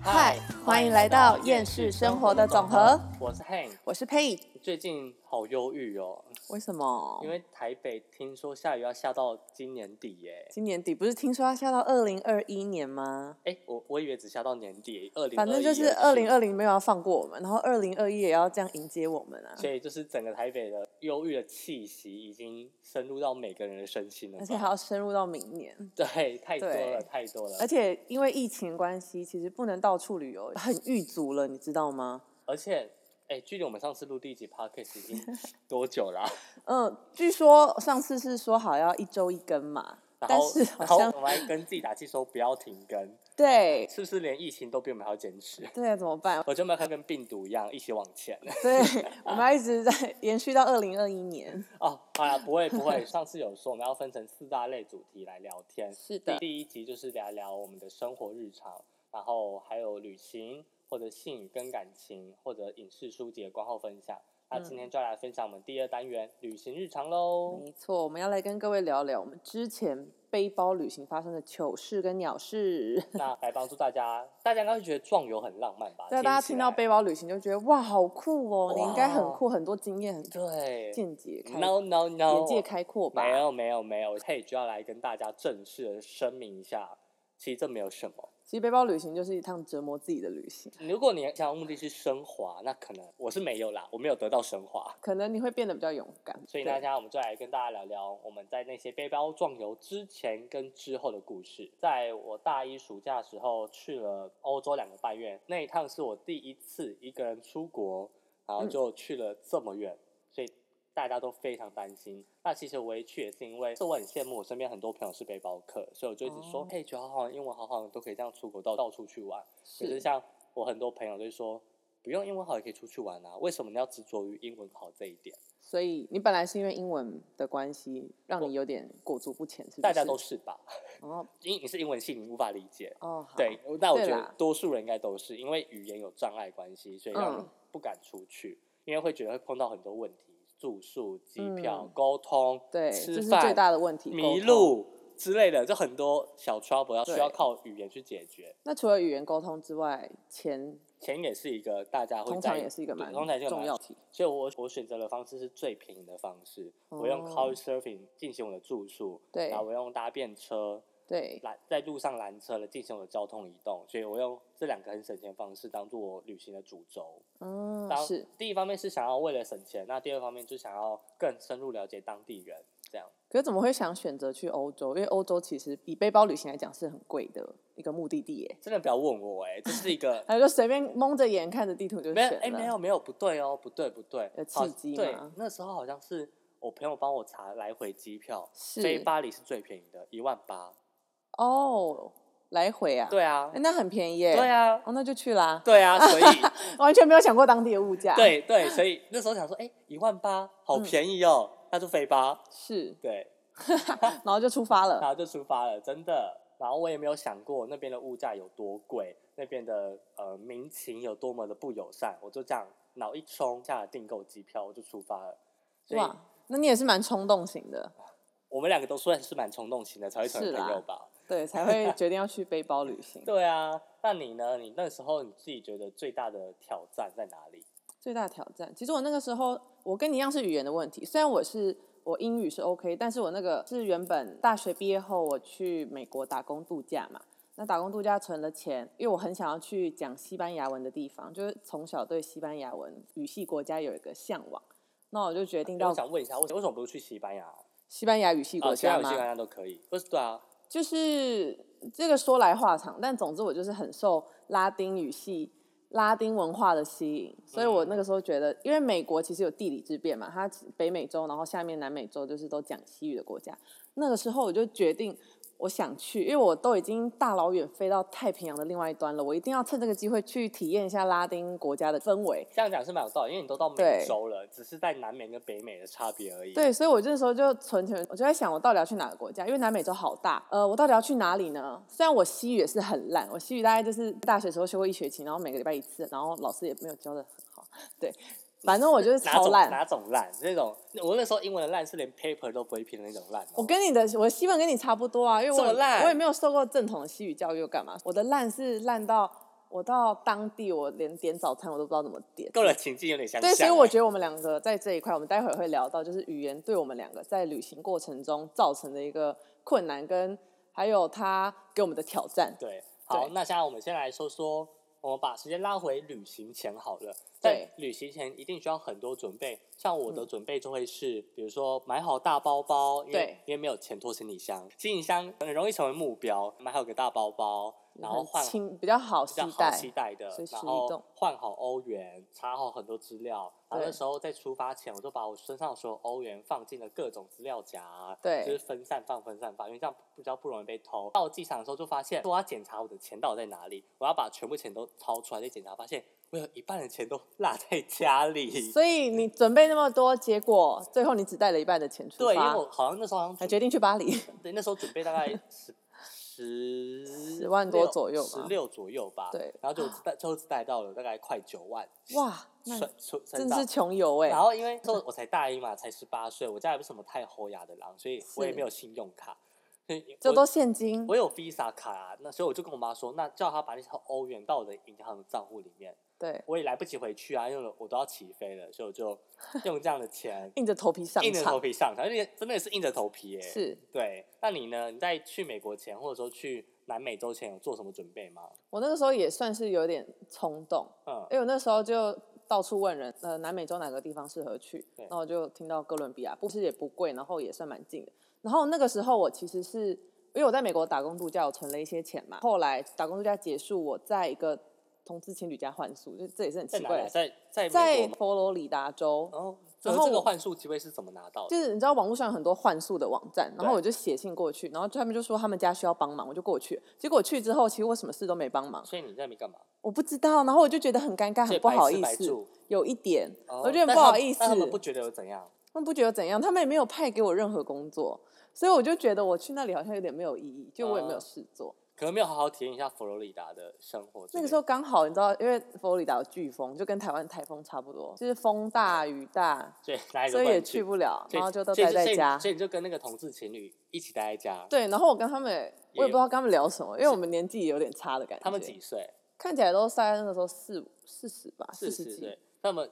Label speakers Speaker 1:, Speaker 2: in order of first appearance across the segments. Speaker 1: 嗨，欢迎来到厌世生活的总和。
Speaker 2: 我是 Hank，
Speaker 1: 我是佩，
Speaker 2: 最近好忧郁哦，
Speaker 1: 为什么
Speaker 2: 因？为台北听说下雨要下到今年底耶。
Speaker 1: 今年底不是听说要下到二零二一年吗？
Speaker 2: 哎，我我以为只下到年底，二零
Speaker 1: 反正就是二零二零没有要放过我们，然后二零二一也要这样迎接我们啊！
Speaker 2: 所以就是整个台北的忧郁的气息已经深入到每个人的身心了吧，
Speaker 1: 而且还要深入到明
Speaker 2: 嗯
Speaker 1: 年，
Speaker 2: 对，太多
Speaker 1: 对
Speaker 2: 了，太多了
Speaker 1: 而。且因为疫情关系，其实不能到处旅游，很郁足了，你知道吗？
Speaker 2: 而且，哎，距离我们上次录第一集 podcast 已经多久 了啊、
Speaker 1: 嗯，据说上次是说好要一周一根嘛，
Speaker 2: 然
Speaker 1: 但
Speaker 2: 后
Speaker 1: 是，
Speaker 2: 然
Speaker 1: 好
Speaker 2: 后
Speaker 1: 像
Speaker 2: 我们还跟自己打气说不要停更，
Speaker 1: 对
Speaker 2: 是不是连疫情都比我们还要坚持？
Speaker 1: 对啊怎么办？
Speaker 2: 我觉得我们要跟病毒一样一起往前。
Speaker 1: 对，我们要一直在延续到二零二一年。
Speaker 2: 哦，好呀，不会不会，上次有说我们要分成四大类主题来聊天。
Speaker 1: 是的
Speaker 2: 第第一集就是聊聊我们的生活日常，然后还有旅行或者性与跟感情或者影视书籍的观后分享。那今
Speaker 1: 嗯
Speaker 2: 天就要来分享我们第二单元旅行日常喽。
Speaker 1: 没错，我们要来跟各位聊聊我们之前背包旅行发生的糗事跟鸟事。
Speaker 2: 那来帮助大家，大家应该会觉得壮游很浪漫吧？
Speaker 1: 对，啊大家
Speaker 2: 起
Speaker 1: 听到
Speaker 2: 来
Speaker 1: 背包旅行就觉得哇，好酷哦！你应该很酷，很多经验，很
Speaker 2: 对
Speaker 1: 见解开
Speaker 2: ，no no no，
Speaker 1: 眼界开阔吧？
Speaker 2: 没有没有没有，嘿，就要来跟大家正式的声明一下，其实这没有什么。
Speaker 1: 其实背包旅行就是一趟折磨自己的旅行，
Speaker 2: 如果你想要目的是升华，那可能我是没有啦，我没有得到升华。
Speaker 1: 可能你会变得比较勇敢。
Speaker 2: 所以
Speaker 1: 对
Speaker 2: 大家，我们就来跟大家聊聊我们在那些背包壮游之前跟之后的故事。在我大一暑假的时候去了欧洲两个半月，那一趟是我第一次一个人出国，然后
Speaker 1: 嗯
Speaker 2: 就去了这么远，所以大家都非常担心。那其实我一去也是因为，是我很羡慕我身边很多朋友是背包客，所以我就一直说，
Speaker 1: 哦
Speaker 2: 嘿，觉得好好玩，英文好好玩，都可以这样出国到到处去玩。可是
Speaker 1: 是
Speaker 2: 像我很多朋友就说，不用英文好也可以出去玩啊，为什么你要执着于英文好这一点？
Speaker 1: 所以你本来是因为英文的关系，让你有点裹足不前，是不是？
Speaker 2: 大家都是吧？
Speaker 1: 哦
Speaker 2: 因你是英文系，你无法理解。
Speaker 1: 哦，好
Speaker 2: 对，那我
Speaker 1: 对
Speaker 2: 觉得
Speaker 1: 啦
Speaker 2: 多数人应该都是因为语言有障碍关系，所以让人
Speaker 1: 嗯
Speaker 2: 不敢出去，因为会觉得会碰到很多问题，住宿、机票、
Speaker 1: 嗯
Speaker 2: 沟通、
Speaker 1: 对，
Speaker 2: 吃
Speaker 1: 这是
Speaker 2: 饭、
Speaker 1: 最大的问题，
Speaker 2: 迷
Speaker 1: 沟通。
Speaker 2: 路之类的，就很多小 trouble 要需
Speaker 1: 对
Speaker 2: 要靠语言去解决。
Speaker 1: 那除了语言沟通之外，钱
Speaker 2: 钱也是一个大家会
Speaker 1: 通
Speaker 2: 在
Speaker 1: 常
Speaker 2: 意
Speaker 1: 也是一个
Speaker 2: 对
Speaker 1: 蛮
Speaker 2: 通常也是一个
Speaker 1: 重
Speaker 2: 蛮
Speaker 1: 要题。
Speaker 2: 所以我我选择的方式是最便宜的方式，我用
Speaker 1: 哦
Speaker 2: Couchsurfing 进行我的住宿，
Speaker 1: 对
Speaker 2: 然后我用搭便车
Speaker 1: 对，
Speaker 2: 拦在路上拦车了进行我的交通移动，所以我用这两个很省钱的方式当做我旅行的主轴。
Speaker 1: 嗯，
Speaker 2: 当
Speaker 1: 是。
Speaker 2: 第一方面是想要为了省钱，那第二方面就想要更深入了解当地人，这样
Speaker 1: 可是怎么会想选择去欧洲？因为欧洲其实以背包旅行来讲是很贵的一个目的地耶。
Speaker 2: 真的不要问我哎、这是一 个
Speaker 1: 还有就随便蒙着眼看着地图就
Speaker 2: 没有
Speaker 1: 选了。
Speaker 2: 哎、没有没有不对哦不对不对，
Speaker 1: 有
Speaker 2: 好
Speaker 1: 契机
Speaker 2: 对
Speaker 1: 吗
Speaker 2: 那时候好像是我朋友帮我查来回机票，
Speaker 1: 是
Speaker 2: 飞巴黎是最便宜的，一万八。
Speaker 1: 哦，来回啊。
Speaker 2: 对啊
Speaker 1: 哎、，那很便宜耶。
Speaker 2: 对。啊，
Speaker 1: 哦，那就去啦。
Speaker 2: 对 啊，所以
Speaker 1: 完全没有想过当地的物价。，
Speaker 2: 对对，所以那时候想说，哎、一万八好
Speaker 1: 嗯
Speaker 2: 便宜哦，那就飞吧。
Speaker 1: 是，
Speaker 2: 对，
Speaker 1: 然后就出发
Speaker 2: 然
Speaker 1: 了。
Speaker 2: 后就出发了，真的。然后我也没有想过那边的物价有多贵，那边的呃民情有多么的不友善，我就这样脑一冲下了订购机票，我就出发了。所以
Speaker 1: 哇，那你也是蛮冲动型的，
Speaker 2: 我们两个都算是蛮冲动型的，才会成为
Speaker 1: 是啦
Speaker 2: 朋友吧？
Speaker 1: 对，才会决定要去背包旅 行。
Speaker 2: 对啊，那你呢？你那时候你自己觉得最大的挑战在哪里？
Speaker 1: 最大的挑战，其实我那个时候，我跟你一样是语言的问题。虽然我是我英语是 OK，但是我那个是原本大学毕业后我去美国打工度假嘛。那打工度假存了钱，因为我很想要去讲西班牙文的地方，就是从小对西班牙文语系国家有一个向往。那我就决定
Speaker 2: 我
Speaker 1: 到
Speaker 2: 想问一下，为什为什么不是去西班牙？
Speaker 1: 西班牙语系
Speaker 2: 啊，
Speaker 1: 国
Speaker 2: 西班
Speaker 1: 家
Speaker 2: 牙、
Speaker 1: 吗？
Speaker 2: 西班牙都可以。不是对啊，
Speaker 1: 就是这个说来话长，但总之我就是很受拉丁语系、拉丁文化的吸引，所以我那个时候觉得，因为美国其实有地理之变嘛，它北美洲，然后下面南美洲就是都讲西语的国家。那个时候我就决定我想去，因为我都已经大老远飞到太平洋的另外一端了，我一定要趁这个机会去体验一下拉丁国家的氛围。
Speaker 2: 这样讲是蛮有道理，因为你都到美
Speaker 1: 对
Speaker 2: 洲了，只是在南美跟北美的差别而已。
Speaker 1: 对，所以我这时候就存钱，我就在想我到底要去哪个国家，因为南美洲好大，呃，我到底要去哪里呢？虽然我西语也是很烂，我西语大概就是大学时候学过一学期，然后每个礼拜一次，然后老师也没有教的很好，对，反正我就是
Speaker 2: 哪
Speaker 1: 超
Speaker 2: 种
Speaker 1: 烂。
Speaker 2: 哪种烂？那种我那时候英文的烂是连 paper 都不会拼的那种烂、哦。
Speaker 1: 我跟你的，我的西文跟你差不多啊，因为
Speaker 2: 这么
Speaker 1: 我
Speaker 2: 烂
Speaker 1: 我也没有受过正统的西语教育，又干嘛？我的烂是烂到我到当地，我连点早餐我都不知道怎么点。
Speaker 2: 个人情境有点相像
Speaker 1: 对，
Speaker 2: 欸。
Speaker 1: 所以我觉得我们两个在这一块，我们待会儿会聊到，就是语言对我们两个在旅行过程中造成的一个困难，跟还有它给我们的挑战。
Speaker 2: 对，好，
Speaker 1: 对
Speaker 2: 那现在我们先来说说，我们把时间拉回旅行前好了。在
Speaker 1: 对嗯
Speaker 2: 旅行前一定需要很多准备，像我的准备就会是，比如说买好大包包，因为
Speaker 1: 对
Speaker 2: 因为没有钱拖行李箱，行李箱很容易成为目标，买好个大包包，然后
Speaker 1: 很
Speaker 2: 换
Speaker 1: 轻比较好
Speaker 2: 比
Speaker 1: 携
Speaker 2: 较好
Speaker 1: 带，
Speaker 2: 期待的
Speaker 1: 随，时
Speaker 2: 然
Speaker 1: 移
Speaker 2: 后
Speaker 1: 动
Speaker 2: 换好欧元，查好很多资料，然后那
Speaker 1: 对
Speaker 2: 时候在出发前，我就把我身上所有欧元放进了各种资料夹，
Speaker 1: 对
Speaker 2: 就是分散放分散放，因为这样比较不容易被偷。到机场的时候就发现，我要检查我的钱到底在哪里，我要把全部钱都掏出来再检查，发现我有一半的钱都 落在家里。
Speaker 1: 所以你准备那么多，结果最后你只带了一半的钱出
Speaker 2: 对，因为
Speaker 1: 发，
Speaker 2: 我好像那时候好像
Speaker 1: 还
Speaker 2: 准
Speaker 1: 决定去巴 黎。
Speaker 2: 对那时候准备大概 十十
Speaker 1: 10万多左右吧
Speaker 2: 十六左右吧，
Speaker 1: 对啊
Speaker 2: 然后就带最后只带到了大概快九万，
Speaker 1: 哇，那
Speaker 2: 存存存
Speaker 1: 真
Speaker 2: 到
Speaker 1: 是穷游哎、
Speaker 2: 然后因为说我才大一嘛，才十八岁，我家也不是什么太厚牙的狼，所以我也
Speaker 1: 是
Speaker 2: 没有信用卡，所以
Speaker 1: 这
Speaker 2: 我
Speaker 1: 都现金
Speaker 2: 我。有 Visa 卡、啊，那所以我就跟我妈说，那叫她把那些欧元到我的银行的账户里面。
Speaker 1: 对，
Speaker 2: 我也来不及回去啊，因为我都要起飞了，所以我 就用这样的钱
Speaker 1: 硬着头皮上
Speaker 2: 硬着头
Speaker 1: 场。
Speaker 2: 皮上场，而且真的是硬着头皮耶、
Speaker 1: 是
Speaker 2: 对。那你呢？你在去美国前，或者说去南美洲前，有做什么准备吗？
Speaker 1: 我那个时候也算是有点冲动，
Speaker 2: 嗯，
Speaker 1: 因为我那时候就到处问人，呃，南美洲哪个地方适合去
Speaker 2: 对？
Speaker 1: 然后我就听到哥伦比亚，不是也不贵，然后也算蛮近的。然后那个时候我其实是因为我在美国打工度假，我存了一些钱嘛。后来打工度假结束，我在一个同志情侣家换宿，就这也是很
Speaker 2: 在
Speaker 1: 奇
Speaker 2: 哪
Speaker 1: 怪
Speaker 2: 里啊？
Speaker 1: 的，
Speaker 2: 在在美
Speaker 1: 在
Speaker 2: 国吗？
Speaker 1: 佛罗里达州。
Speaker 2: 哦，这
Speaker 1: 然后
Speaker 2: 这个
Speaker 1: 我
Speaker 2: 换数机会是怎么拿到的？
Speaker 1: 就是你知道网络上有很多幻术的网站，然后
Speaker 2: 对
Speaker 1: 我就写信过去，然后他们就说他们家需要帮忙，我就过去。结果去之后，其实我什么事都没帮忙，
Speaker 2: 所以你在那边干嘛？
Speaker 1: 我不知道，然后我就觉得很尴尬，
Speaker 2: 所以
Speaker 1: 很不
Speaker 2: 白
Speaker 1: 好
Speaker 2: 吃
Speaker 1: 意
Speaker 2: 白
Speaker 1: 思
Speaker 2: 住，
Speaker 1: 有一点，
Speaker 2: 哦
Speaker 1: 我觉得
Speaker 2: 但
Speaker 1: 不
Speaker 2: 他
Speaker 1: 好
Speaker 2: 们
Speaker 1: 意思。
Speaker 2: 但他们不觉得有怎样？
Speaker 1: 他们不觉得怎样，他们也没有派给我任何工作，所以我就觉得我去那里好像有点没有意义，就我也没
Speaker 2: 哦
Speaker 1: 有事做。
Speaker 2: 可能没有好好体验一下佛罗里达的生活之类的。
Speaker 1: 那个时候刚好你知道，因为佛罗里达有飓风，就跟台湾台风差不多，就是风大雨大，
Speaker 2: 所以哪里都
Speaker 1: 所以
Speaker 2: 不能
Speaker 1: 也去不了，
Speaker 2: 所以
Speaker 1: 然后就都
Speaker 2: 所以
Speaker 1: 待在
Speaker 2: 所以
Speaker 1: 家。
Speaker 2: 你所以你就跟那个同志情侣一起待在家。
Speaker 1: 对，然后我跟他们也，我也不知道跟他们聊什么，因为我们年纪也有点差的感觉。
Speaker 2: 他们几岁？
Speaker 1: 看起来都大概那个时候四四十吧，
Speaker 2: 四
Speaker 1: 十
Speaker 2: 十
Speaker 1: 几
Speaker 2: 岁，。那么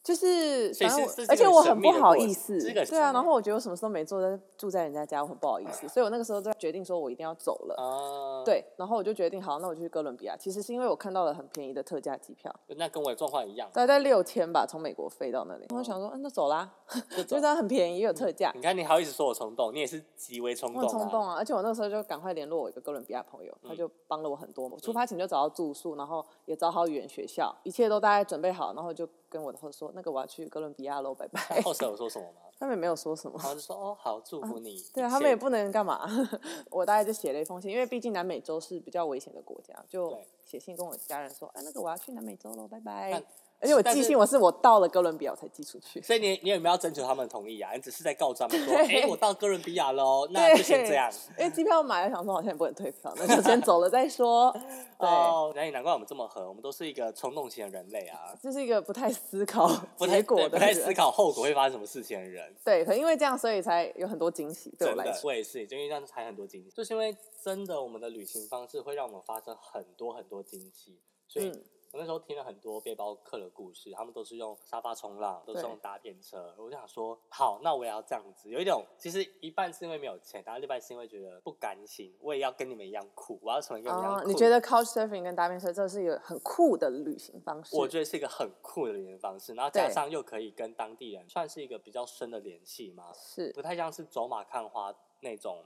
Speaker 1: 就是，
Speaker 2: 所以
Speaker 1: 反正
Speaker 2: 是是
Speaker 1: 我
Speaker 2: 这
Speaker 1: 而且
Speaker 2: 个
Speaker 1: 我
Speaker 2: 神
Speaker 1: 很
Speaker 2: 秘
Speaker 1: 不
Speaker 2: 的
Speaker 1: 好
Speaker 2: 过
Speaker 1: 意
Speaker 2: 程
Speaker 1: 思
Speaker 2: 这个，
Speaker 1: 对啊，
Speaker 2: 神
Speaker 1: 然
Speaker 2: 秘
Speaker 1: 后我觉得我什么事都没做，但住在人家家，我很不好意思，所以我那个时候就决定说，我一定要走了。
Speaker 2: 啊，，
Speaker 1: 对，然后我就决定，好，那我就去哥伦比亚。其实是因为我看到了很便宜的特价机票，
Speaker 2: 那跟我的状况一样。
Speaker 1: 大概六千吧，从美国飞到那里。我想说，嗯，那走啦，
Speaker 2: 就
Speaker 1: 就
Speaker 2: 走嗯
Speaker 1: 这样很便宜，也有特价。
Speaker 2: 你看，你好意思说我冲动，你也是极为冲
Speaker 1: 我
Speaker 2: 动
Speaker 1: 很
Speaker 2: 啊。
Speaker 1: 冲动啊！而且我那时候就赶快联络我一个哥伦比亚朋友，
Speaker 2: 嗯
Speaker 1: 他就帮了我很多。我出发前就找到住宿，然后也找好语言学校，一切都大概准备好，然后就跟我的后说：“那个我要去哥伦比亚喽，拜拜。
Speaker 2: 那后者有说什么吗？”
Speaker 1: 他们也没有说什么。
Speaker 2: 然后就说哦，好，祝福你。
Speaker 1: 对啊，
Speaker 2: 一
Speaker 1: 他们也
Speaker 2: 切
Speaker 1: 不能干嘛。 我大概就写了一封信，因为毕竟南美洲是比较危险的国家，就
Speaker 2: 对
Speaker 1: 写信跟我家人说：“哎，那个我要去南美洲喽，拜拜
Speaker 2: 但。”
Speaker 1: 而且我
Speaker 2: 但
Speaker 1: 寄
Speaker 2: 是
Speaker 1: 信，我是我到了哥伦比亚我才寄出去。
Speaker 2: 所以你你有没有要征求他们的同意啊？你只是在告知他们说，
Speaker 1: 对
Speaker 2: 哎，我到哥伦比亚 喽，那就先
Speaker 1: 对
Speaker 2: 这样。
Speaker 1: 因为机票买了，想说好像也不能退票，那就先走了再说。对，
Speaker 2: 哦，那也难怪我们这么合，我们都是一个冲动型的人类啊。
Speaker 1: 这是一个不太思考
Speaker 2: 不太
Speaker 1: 结果
Speaker 2: 对
Speaker 1: 的
Speaker 2: 不太
Speaker 1: 人
Speaker 2: 思考后果会发生什么事情的人。
Speaker 1: 对，可能因为这样，所以才有很多惊喜对我
Speaker 2: 真
Speaker 1: 来
Speaker 2: 的，
Speaker 1: 说。
Speaker 2: 我也是，就因为这样才很多惊喜，就是因为真的，我们的旅行方式会让我们发生很多很多惊喜，所以
Speaker 1: 嗯
Speaker 2: 我那时候听了很多背包客的故事，他们都是用沙发冲浪，都是
Speaker 1: 对
Speaker 2: 用搭便车，我就想说，好，那我也要这样子，有一种其实一半是因为没有钱，然后另一半是因为觉得不甘心，我也要跟你们一样酷，我要成为跟你们一样
Speaker 1: 啊，
Speaker 2: 酷。
Speaker 1: 你觉得 Couchsurfing 跟搭便车这是一个很酷的旅行方式？
Speaker 2: 我觉得是一个很酷的旅行方式，然后加
Speaker 1: 对
Speaker 2: 上又可以跟当地人算是一个比较深的联系嘛，
Speaker 1: 是
Speaker 2: 不太像是走马看花那种，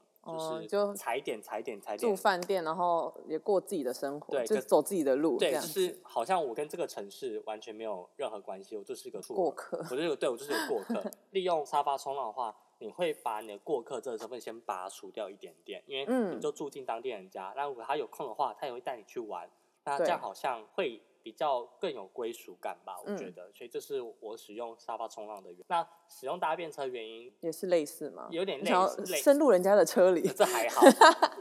Speaker 2: 就
Speaker 1: 哦
Speaker 2: 是
Speaker 1: 就
Speaker 2: 踩点踩点踩
Speaker 1: 住
Speaker 2: 点。
Speaker 1: 饭店，然后也过自己的生活，
Speaker 2: 对
Speaker 1: 就
Speaker 2: 可
Speaker 1: 走自己的路，这
Speaker 2: 对，就
Speaker 1: 样
Speaker 2: 是好像我跟这个城市完全没有任何关系，我就是一个
Speaker 1: 过
Speaker 2: 客，
Speaker 1: 客
Speaker 2: 我。就是个对我就是个过 客。利用沙发冲浪的话，你会把你的过客这个身份先拔除掉一点点，因为你
Speaker 1: 嗯
Speaker 2: 就住进当地人家。那如果他有空的话，他也会带你去玩，那这
Speaker 1: 对
Speaker 2: 样好像会比较更有归属感吧，我觉
Speaker 1: 嗯
Speaker 2: 得。所以这是我使用沙发冲浪的原因。那使用搭便车原 因
Speaker 1: 也是类似嘛，
Speaker 2: 有点
Speaker 1: 你
Speaker 2: 类
Speaker 1: 想要
Speaker 2: 似类
Speaker 1: 深入人家的 车里
Speaker 2: 这还好，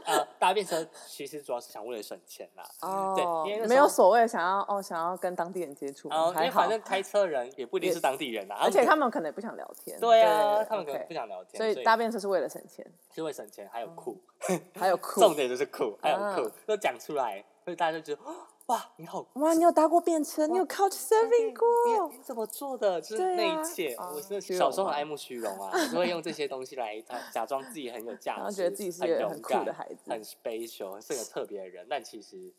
Speaker 2: 呃，搭便车其实主要是想为了省钱啦。
Speaker 1: 哦
Speaker 2: 因为那时候，
Speaker 1: 没有所谓想要哦想要跟当地人接触，
Speaker 2: 然后因
Speaker 1: 嗯还
Speaker 2: 为
Speaker 1: 好
Speaker 2: 反，正开车人也不一定
Speaker 1: 也
Speaker 2: 是当地人啊，
Speaker 1: 而且
Speaker 2: 们
Speaker 1: 他们可能也不想聊天，
Speaker 2: 对啊，他们可
Speaker 1: OK
Speaker 2: 能不想聊天，所
Speaker 1: 所以搭便嗯车是为了省钱，
Speaker 2: 是会省钱，还有酷，
Speaker 1: 还有酷，
Speaker 2: 重点就是酷，还有酷
Speaker 1: 啊，
Speaker 2: 都讲出来，所以大家就觉得。哦哇，你好
Speaker 1: 哇，你有搭过便车，你有 couch surfing 过
Speaker 2: 你，你怎么做的？就是
Speaker 1: 对
Speaker 2: 那
Speaker 1: 啊
Speaker 2: 一切，
Speaker 1: 哦
Speaker 2: 我是
Speaker 1: 虚
Speaker 2: 小
Speaker 1: 荣
Speaker 2: 时候很
Speaker 1: 吗
Speaker 2: 爱慕虚荣啊，我就会用这些东西来假假装自己很有价值，
Speaker 1: 然后 觉得自己是
Speaker 2: 很
Speaker 1: 一个
Speaker 2: 勇
Speaker 1: 很酷
Speaker 2: 敢
Speaker 1: 的孩子
Speaker 2: 很 special，是个特别的人，但其实就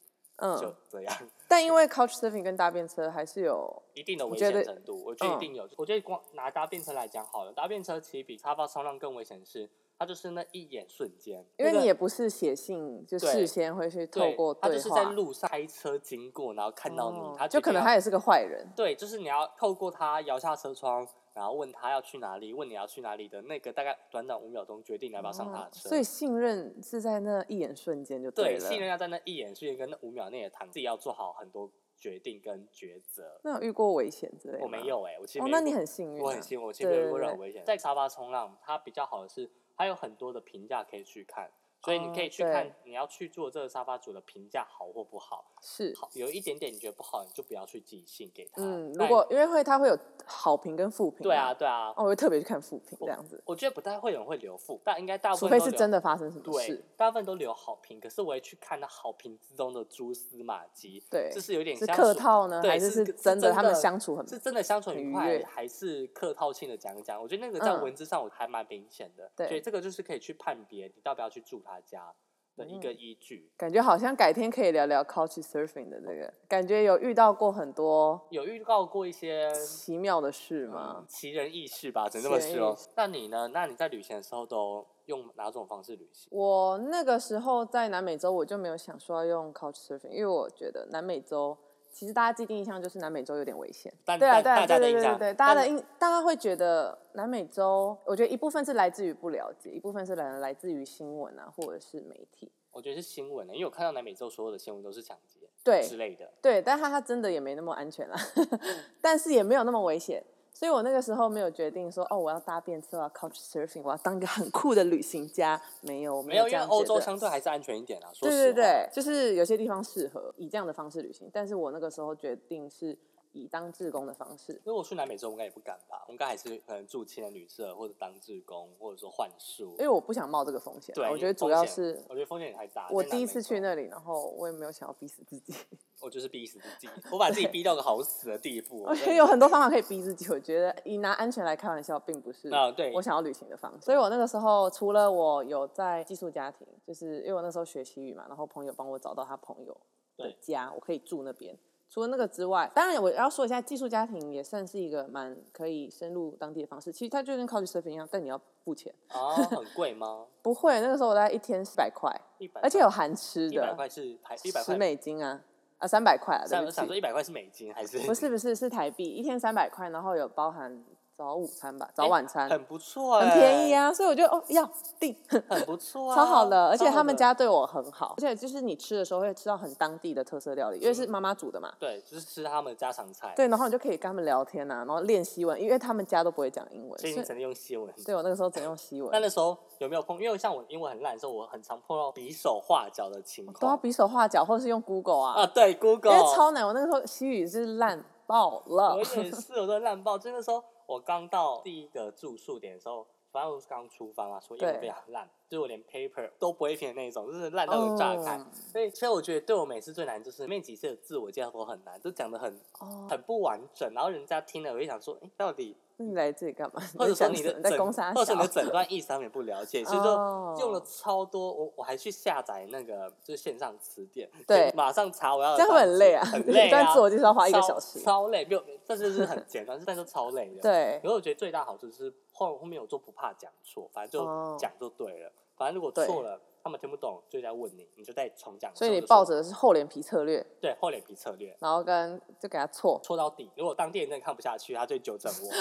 Speaker 1: 嗯，
Speaker 2: 这样，
Speaker 1: 但因为 couch surfing 跟搭便车还是有，
Speaker 2: 一定的危
Speaker 1: 觉
Speaker 2: 险
Speaker 1: 得
Speaker 2: 程度，我觉得一
Speaker 1: 嗯
Speaker 2: 定有。我觉得光拿搭便车来讲好了，搭便车其实比沙发冲浪更危险的是，它就是那一眼瞬间，那
Speaker 1: 因为
Speaker 2: 个
Speaker 1: 你也不是写信，就
Speaker 2: 对
Speaker 1: 事先会去透
Speaker 2: 对
Speaker 1: 过
Speaker 2: 他
Speaker 1: 对
Speaker 2: 就是在
Speaker 1: 话，
Speaker 2: 路上开车经过，然后看到
Speaker 1: 哦
Speaker 2: 你，他
Speaker 1: 就可能他
Speaker 2: 也
Speaker 1: 也是个坏人，
Speaker 2: 对，就是你要透过他摇下车窗，然后问他要去哪里，问你要去哪里的那个大概短短五秒钟决定你要不要上他
Speaker 1: 哦
Speaker 2: 的车。
Speaker 1: 所以信任是在那一眼瞬间就
Speaker 2: 对，
Speaker 1: 了。
Speaker 2: 信任要在那一眼瞬间跟那五秒内也谈，自己要做好很多决定跟抉择。
Speaker 1: 那有遇过危险之类的吗？
Speaker 2: 我没有哎、我其实
Speaker 1: 哦
Speaker 2: 没，有
Speaker 1: 那
Speaker 2: 过
Speaker 1: 你很幸运、啊，
Speaker 2: 我很幸运，我其实没有遇过
Speaker 1: 对
Speaker 2: 任
Speaker 1: 对
Speaker 2: 何危险。在沙发冲浪，它比较好的是，它有很多的评价可以去看，所以你可以
Speaker 1: 哦
Speaker 2: 去看
Speaker 1: 对
Speaker 2: 你要去做这个沙发主的评价好或不好。
Speaker 1: 是。
Speaker 2: 好，有一点点你觉得不好，你就不要去寄信给他。
Speaker 1: 嗯，如
Speaker 2: 但
Speaker 1: 果因为会它会有好评跟负评、
Speaker 2: 对啊，，对啊，
Speaker 1: 哦，我会特别去看负评这样子，
Speaker 2: 我觉得不太会有人会留负，但应该大部
Speaker 1: 除
Speaker 2: 分
Speaker 1: 非
Speaker 2: 都
Speaker 1: 是
Speaker 2: 留
Speaker 1: 真的发生什么
Speaker 2: 对
Speaker 1: 事，，
Speaker 2: 大部分都留好评。可是我也去看那好评之中的蛛丝马迹，
Speaker 1: 对
Speaker 2: 这是有点
Speaker 1: 是
Speaker 2: 像
Speaker 1: 客
Speaker 2: 是
Speaker 1: 套呢，
Speaker 2: 对
Speaker 1: 还是
Speaker 2: 是是
Speaker 1: 真
Speaker 2: 真
Speaker 1: 他们
Speaker 2: 的
Speaker 1: 相处很
Speaker 2: 是真的相处
Speaker 1: 很
Speaker 2: 愉
Speaker 1: 愉
Speaker 2: 快，
Speaker 1: 悦
Speaker 2: 还是客套性的讲一讲？我觉得那个在
Speaker 1: 嗯
Speaker 2: 文字上我还蛮明显的，
Speaker 1: 对
Speaker 2: 所以这个就是可以去判别你要不要去住他家的一个
Speaker 1: 嗯
Speaker 2: 依据。
Speaker 1: 感觉好像改天可以聊聊 couch surfing 的这个，感觉有遇到过很多
Speaker 2: 有预告过一些
Speaker 1: 奇妙的事
Speaker 2: 嗯
Speaker 1: 吗？
Speaker 2: 奇人异事吧，只能这么
Speaker 1: 奇人
Speaker 2: 说
Speaker 1: 异事。
Speaker 2: 那你呢？那你在旅行的时候都用哪种方式旅行？
Speaker 1: 我那个时候在南美洲，我就没有想说要用 couch surfing，因为我觉得南美洲其实大家既定印象就是南美洲有点危险。
Speaker 2: 但
Speaker 1: 对啊，
Speaker 2: 但
Speaker 1: 对啊，
Speaker 2: 大家的
Speaker 1: 对对
Speaker 2: 印
Speaker 1: 对
Speaker 2: 象
Speaker 1: 对，对，大家的
Speaker 2: 但
Speaker 1: 印，大家会觉得南美洲，我觉得一部分是来自于不了解，一部分是来来自于新闻啊，或者是媒体。
Speaker 2: 我觉得是新闻欸的，因为我看到南美洲所有的新闻都是抢劫
Speaker 1: 对
Speaker 2: 之类的。
Speaker 1: 对，但它它真的也没那么安全啦， 但是也没有那么危险。所以我那个时候没有决定说，哦，我要搭便车，我要 couch surfing，我要当一个很酷的旅行家。没有，我
Speaker 2: 没有，
Speaker 1: 这
Speaker 2: 因为
Speaker 1: 样
Speaker 2: 欧
Speaker 1: 觉
Speaker 2: 洲
Speaker 1: 得
Speaker 2: 相对还是安全一点啊。说
Speaker 1: 对
Speaker 2: 实
Speaker 1: 对
Speaker 2: 话，
Speaker 1: 对，就是有些地方适合以这样的方式旅行，但是我那个时候决定是以当志工的方式。
Speaker 2: 如果去南美洲，我应该也不敢吧？我应该还是可能住青年旅社，或者当志工，或者说幻术
Speaker 1: 因。为我不想冒这个风险，
Speaker 2: 对，啊
Speaker 1: 我觉得主
Speaker 2: 风
Speaker 1: 要
Speaker 2: 险
Speaker 1: 是
Speaker 2: 我觉得风险也太大。
Speaker 1: 我
Speaker 2: 在南
Speaker 1: 第一
Speaker 2: 美
Speaker 1: 次去
Speaker 2: 洲，
Speaker 1: 那里，然后我也没有想要逼死自己，
Speaker 2: 我就是逼死自己，我把自己逼到个好死的地 步。
Speaker 1: 我
Speaker 2: 真
Speaker 1: 觉得
Speaker 2: 的
Speaker 1: 有
Speaker 2: 是
Speaker 1: 很多方法可以逼自己。我觉得以拿安全来开玩笑，并不是
Speaker 2: 啊对
Speaker 1: 我想要旅行的方式。所以我那个时候，除了我有在寄宿家庭，就是因为我那时候学习语嘛，然后朋友帮我找到他朋友的
Speaker 2: 对
Speaker 1: 家，我可以住那边。除了那个之外，当然我要说一下，寄宿家庭也算是一个蛮可以深入当地的方式。其实它就跟 couch surfing 一样，但你要付钱。
Speaker 2: 啊，很贵吗？
Speaker 1: 不会，那个时候我大概一天四百块，
Speaker 2: 一百，
Speaker 1: 而且有含吃
Speaker 2: 一百
Speaker 1: 的，
Speaker 2: 块是台一百
Speaker 1: 十
Speaker 2: 块，
Speaker 1: 美金啊啊三百块啊，对
Speaker 2: 想
Speaker 1: 不起
Speaker 2: 想说一百块是美金还是？
Speaker 1: 不 是不是是台币，一天三百块，然后有包含早午餐吧，早晚餐，
Speaker 2: 很不错，
Speaker 1: 啊很便宜，啊，所以我就哦要定，
Speaker 2: 很不错啊，
Speaker 1: 超好的，而
Speaker 2: 超
Speaker 1: 且
Speaker 2: 好
Speaker 1: 他们
Speaker 2: 的
Speaker 1: 家对我很好，而且就是你吃的时候会吃到很当地的特色料理，因为
Speaker 2: 嗯
Speaker 1: 是妈妈煮的嘛。
Speaker 2: 对，就是吃他们的家常菜。
Speaker 1: 对，然后你就可以跟他们聊天啊，然后练西文，因为他们家都不会讲英文，
Speaker 2: 所
Speaker 1: 所
Speaker 2: 以
Speaker 1: 以
Speaker 2: 你只能用西文。
Speaker 1: 对我那个时候只能用 西
Speaker 2: 那
Speaker 1: 文，
Speaker 2: 那时候有没有碰？因为像我英文很烂的时候，我很常碰到比手画脚的情
Speaker 1: 都要
Speaker 2: 况。
Speaker 1: 比手画脚，或是用 Google 啊，
Speaker 2: 啊，对
Speaker 1: 因
Speaker 2: ，Google，
Speaker 1: 为超难。我那个时候西语是烂爆了
Speaker 2: 我也是，我都烂爆。真的时候，我刚到第一个住宿点的时候，反正我是刚出发嘛，所以英文
Speaker 1: 对
Speaker 2: 非常烂，就是我连 paper 都不会拼的那种，就是烂到个炸开。
Speaker 1: 哦
Speaker 2: 所以，所以我觉得对我每次最难就是面几次的自我介绍都很难，就讲的很
Speaker 1: 哦，
Speaker 2: 很不完整，然后人家听了我就想说，哎、到底
Speaker 1: 那你来这里干嘛？
Speaker 2: 或者说你
Speaker 1: 在
Speaker 2: 的整，
Speaker 1: 讲什么在攻杀
Speaker 2: 或者说你的
Speaker 1: 小，
Speaker 2: 整段意思他们也不了 解，所以
Speaker 1: 哦
Speaker 2: 就用了超多。我我还去下载那个就是线上词典，
Speaker 1: 对
Speaker 2: 就马上查我要的
Speaker 1: 这样会
Speaker 2: 单
Speaker 1: 很
Speaker 2: 词
Speaker 1: 累啊，
Speaker 2: 很
Speaker 1: 你
Speaker 2: 累
Speaker 1: 一段
Speaker 2: 啊，
Speaker 1: 自我介绍花一个小时
Speaker 2: 超，超累，没有，这就是很简单， 但是超累的。。
Speaker 1: 对
Speaker 2: 可，是我觉得最大好处是后后面我就不怕讲错，反正
Speaker 1: 哦
Speaker 2: 就讲就对了。反正如果
Speaker 1: 对
Speaker 2: 错了，他们听不懂就在问你，你就再重讲。
Speaker 1: 所以你
Speaker 2: 就说
Speaker 1: 抱着的是厚脸皮策略，
Speaker 2: 对厚脸皮策略。
Speaker 1: 然后跟就给他 错，
Speaker 2: 戳到底，如果当地人真的看不下去，他就纠正 我，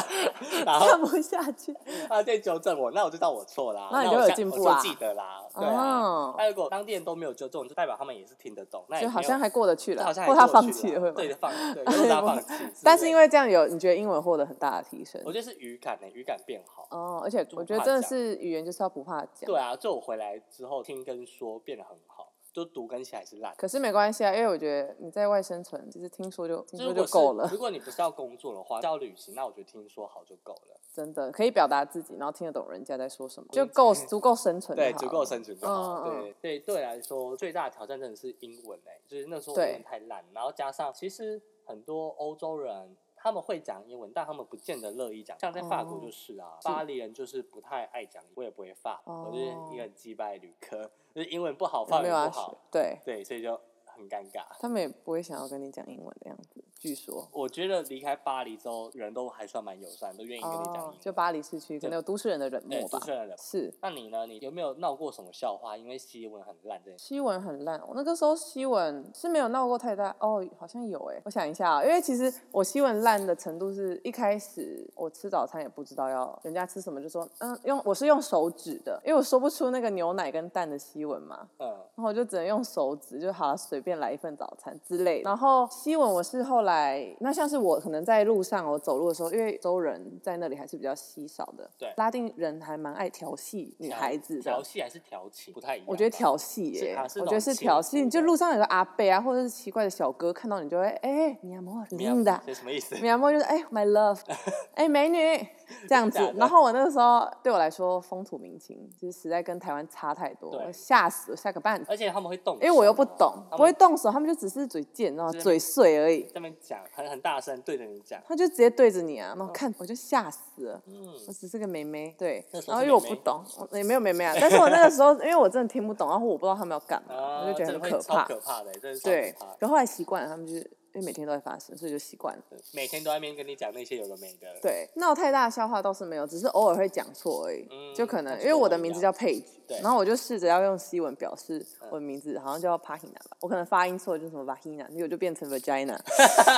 Speaker 2: 然后
Speaker 1: 看不下去，
Speaker 2: 他再纠正我，那我就知道我错啦，
Speaker 1: 那你就
Speaker 2: 我
Speaker 1: 有
Speaker 2: 下
Speaker 1: 进步
Speaker 2: 我就
Speaker 1: 啊
Speaker 2: 记得啦， 对啊
Speaker 1: 哦。
Speaker 2: 那如果当地人都没有纠正，就代表他们也是听得懂，那也
Speaker 1: 就好
Speaker 2: 没有
Speaker 1: 像还过得去
Speaker 2: 就
Speaker 1: 了，
Speaker 2: 好像
Speaker 1: 或
Speaker 2: 还
Speaker 1: 他
Speaker 2: 过
Speaker 1: 放
Speaker 2: 去
Speaker 1: 弃了会吗。
Speaker 2: 对？的放，对，就是他放弃
Speaker 1: 但是因
Speaker 2: 为
Speaker 1: 为这样有，你觉得英文获得很大的提升
Speaker 2: 我觉得是语感欸的语感变好，
Speaker 1: 哦，而且
Speaker 2: 就
Speaker 1: 我
Speaker 2: 不
Speaker 1: 觉得
Speaker 2: 怕
Speaker 1: 真的
Speaker 2: 讲
Speaker 1: 是语言就是要不怕讲
Speaker 2: 对，啊，就我回来之后听跟说变得很好，就读跟写还是 烂。
Speaker 1: 可是没关系啊，因为我觉得你在外生存，其实听说就听
Speaker 2: 就
Speaker 1: 说
Speaker 2: 如果
Speaker 1: 就是够了
Speaker 2: 如，果你不是要工作的话，是要旅行，那我觉得听说好就够了。
Speaker 1: 真的可以表达自己，然后听得懂人家在说什么，就够足够生存就好
Speaker 3: 对
Speaker 1: 了，，
Speaker 3: 足够生存就好。
Speaker 1: 嗯
Speaker 2: 对对对来说，最大的挑战真的是英文哎、就是那时候我
Speaker 1: 对
Speaker 2: 英文太烂，然后加上其实很多欧洲人他们会讲英文，但他们不见得乐意讲，像在法国
Speaker 1: 哦
Speaker 2: 就是啊，
Speaker 1: 是
Speaker 2: 巴黎人就是不太爱讲，我也不会法，我就是一个很击败旅客，就是英文不好，法
Speaker 1: 哦没
Speaker 2: 语
Speaker 1: 有啊
Speaker 2: 不，好，
Speaker 1: 对
Speaker 2: 对，所以就很尴尬。
Speaker 1: 他们也不会想要跟你讲英文的样子，据说。
Speaker 2: 我觉得离开巴黎之后，人都还算蛮友善，都愿意跟你讲英文。
Speaker 1: 哦就巴黎市区可
Speaker 2: 对
Speaker 1: 能有都市人的冷
Speaker 2: 对，
Speaker 1: 漠
Speaker 2: 主
Speaker 1: 吧
Speaker 2: 持。人了。
Speaker 1: 是
Speaker 2: 那你呢？你有没有闹过什么笑话？因为西文很烂这件事。
Speaker 1: 西文很烂，我那个时候西文是没有闹过太大哦，好像有哎、我想一下、啊，因为其实我西文烂的程度是一开始我吃早餐也不知道要人家吃什么，就说嗯用我是用手指的，因为我说不出那个牛奶跟蛋的西文嘛，
Speaker 2: 嗯，
Speaker 1: 然后我就只能用手指，就好了随便来一份早餐之类的。然后西文我是后来，那像是我可能在路上我走路的时候，因为州人在那里还是比较稀少的，
Speaker 2: 对
Speaker 1: 拉丁人还蛮爱调戏女孩子
Speaker 2: 调
Speaker 1: 的。
Speaker 2: 戏还是调情不太一样吧。
Speaker 1: 我觉得调戏耶、
Speaker 2: 是啊是那种
Speaker 1: 我觉得是调戏。
Speaker 2: 情
Speaker 1: 你就路上有个阿伯啊，或者是奇怪的小哥，看到你就会哎，你阿莫，
Speaker 2: 没
Speaker 1: 你
Speaker 2: 有啊
Speaker 1: 的，
Speaker 2: 这什么意思？
Speaker 1: 米亚莫就是哎、m y love，哎、美女这
Speaker 2: 真的
Speaker 1: 样子
Speaker 2: 假。的
Speaker 1: 然后我那个时候对我来说风土民情，就是实在跟台湾差太多，
Speaker 2: 对
Speaker 1: 我吓死我，吓个半死。
Speaker 2: 而且他们会动手啊，
Speaker 1: 因为我又不懂，
Speaker 2: 他
Speaker 1: 不会
Speaker 2: 们
Speaker 1: 动手，他们就只是嘴贱，然后
Speaker 2: 就是
Speaker 1: 嘴碎而已。
Speaker 2: 这么讲，很很大声对着你讲。
Speaker 1: 他就直接对着你啊，然后看我就吓死了。
Speaker 2: 嗯，
Speaker 1: 我只是个妹妹，对
Speaker 2: 那，时
Speaker 1: 然
Speaker 2: 候
Speaker 1: 后
Speaker 2: 是
Speaker 1: 因为我
Speaker 2: 妹
Speaker 1: 不
Speaker 2: 妹
Speaker 1: 懂，我也没有妹妹啊。但是我那个时候，因为我真的听不懂，然后我不知道他们要干嘛，
Speaker 2: 啊，
Speaker 1: 我就觉得
Speaker 2: 真的
Speaker 1: 很
Speaker 2: 会
Speaker 1: 可
Speaker 2: 超
Speaker 1: 怕。
Speaker 2: 可怕的，欸真的是超
Speaker 1: 对
Speaker 2: 可怕，的。
Speaker 1: 可后来习惯了，他们就是因为每天都在发生，所以就习惯了。
Speaker 2: 对每天都在那边跟你讲那些有的没的。，
Speaker 1: 对，闹太大的笑话倒是没有，只是偶尔会讲错而已。
Speaker 2: 嗯
Speaker 1: 就可
Speaker 2: 那
Speaker 1: 能
Speaker 2: 就
Speaker 1: 因为
Speaker 2: 跟
Speaker 1: 我
Speaker 2: 我
Speaker 1: 的
Speaker 2: 一
Speaker 1: 名字
Speaker 2: 样
Speaker 1: 叫佩菊
Speaker 2: 对，
Speaker 1: 然后我就试着要用西文表示
Speaker 2: 嗯
Speaker 1: 我的名字，好像叫 Pahina 吧，我可能发音错，就是什么 Vagina，结果就变 成 Vagina，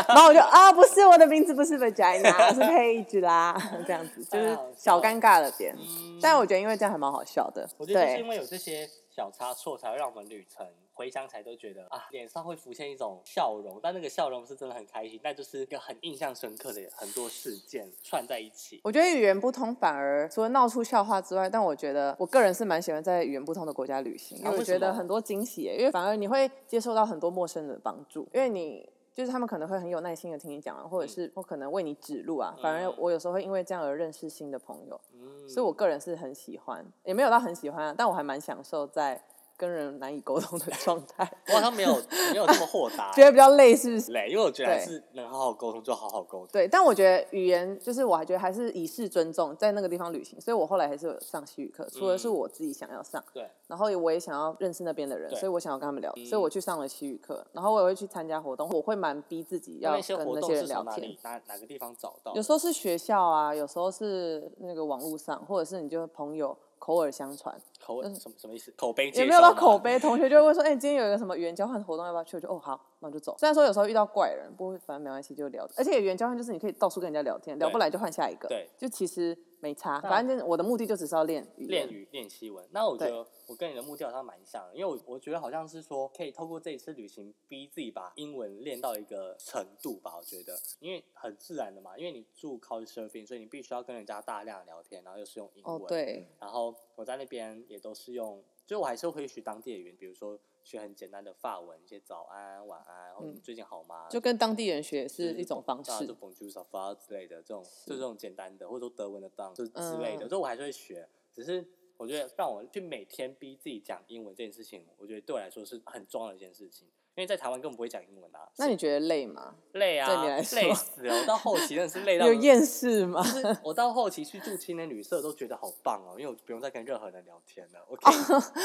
Speaker 1: 然后我就啊，不是我的名字不 是 Vagina，是佩菊啦，这样子就
Speaker 2: 太
Speaker 1: 是
Speaker 2: 好笑
Speaker 1: 小尴尬了点。
Speaker 2: 嗯，
Speaker 1: 但我觉得因为这样还蛮好笑的，
Speaker 2: 我觉得就是因
Speaker 1: 对，
Speaker 2: 为有这些小差错，才会让我们旅程回想起来都觉得啊，脸上会浮现一种笑容，但那个笑容是真的很开心，那就是一个很印象深刻的很多事件串在一起。
Speaker 1: 我觉得语言不通反而除了闹出笑话之外，但我觉得我个人是蛮喜欢在语言不通的国家旅行，因为
Speaker 2: 啊为
Speaker 1: 我
Speaker 2: 什
Speaker 1: 觉得
Speaker 2: 么
Speaker 1: 很多惊喜耶，因为反而你会接受到很多陌生人的帮助，因为你。就是他们可能会很有耐心的听你讲啊，或者是我可能为你指路啊。反而
Speaker 2: 嗯
Speaker 1: 我有时候会因为这样而认识新的朋友，
Speaker 2: 嗯，
Speaker 1: 所以我个人是很喜欢，也没有到很喜欢啊，但我还蛮享受在跟人难以沟通的状态，
Speaker 2: 我好像没有没有这么豁达、
Speaker 1: 觉得比较累，是不是？
Speaker 2: 累，因为我觉得还
Speaker 1: 对
Speaker 2: 是能好好沟通就好好沟通。
Speaker 1: 对，但我觉得语言就是我还觉得还是以示尊重，在那个地方旅行，所以我后来还是有上西语课，除了是
Speaker 2: 嗯
Speaker 1: 我自己想要上，
Speaker 2: 对，
Speaker 1: 然后我也想要认识那边的人，
Speaker 2: 对嗯
Speaker 1: 所以我想要跟他们聊，所以我去上了西语课，然后我也会去参加活动，我会蛮逼自己要
Speaker 2: 那那
Speaker 1: 跟
Speaker 2: 些活
Speaker 1: 那
Speaker 2: 动
Speaker 1: 些
Speaker 2: 是
Speaker 1: 人
Speaker 2: 从
Speaker 1: 聊
Speaker 2: 哪
Speaker 1: 天
Speaker 2: 里。哪哪个地方找到的？
Speaker 1: 有时候是学校啊，有时候是那个网络上，或者是你就是朋友口耳相传，
Speaker 2: 口什么什么意思？口碑
Speaker 1: 也
Speaker 2: 介
Speaker 1: 没有到
Speaker 2: 绍吗
Speaker 1: 口碑，同学就会问说，哎、今天有一个什么语言交换活动，要不要去？我就哦好，那我就走。虽然说有时候遇到怪人，不过反正没关系，就聊。而且语言交换就是你可以到处跟人家聊天，聊不来就换下一个。
Speaker 2: 对，
Speaker 1: 就其实没差，
Speaker 2: 那
Speaker 1: 反正我的目的就只是要练语言。
Speaker 2: 练语练西文。那我觉
Speaker 1: 对
Speaker 2: 得我跟你的目的好像蛮像的，因为我我觉得好像是说可以透过这一次旅行逼自己把英文练到一个程度吧。我觉得，因为很自然的嘛，因为你住 college surfing，所以你必须要跟人家大量聊天，然后又是用英文。
Speaker 1: 哦，。对，
Speaker 2: 然后我在那边也都是用，就我还是会学当地的语言，比如说学很简单的法文，一些早安、晚安，或者你最近好吗？
Speaker 1: 嗯就跟当地人学也是一种方
Speaker 2: 啊
Speaker 1: 式
Speaker 2: 就。bonjour s a f a 之类的这种，就这种简单的，或者说德文的 down 就之类的，
Speaker 1: 嗯
Speaker 2: 这、我还是会学。只是我觉得让我去每天逼自己讲英文这件事情，我觉得对我来说是很重要的一件事情。因为在台湾根本不会讲英文啊，
Speaker 1: 那你觉得累吗？
Speaker 2: 累啊
Speaker 1: 对你来，说
Speaker 2: 累死了！我到后期真的是 累到
Speaker 1: 有厌世吗？
Speaker 2: 就是我到后期去住青年旅社都觉得好棒哦，因为我不用再跟任何人聊天了，我可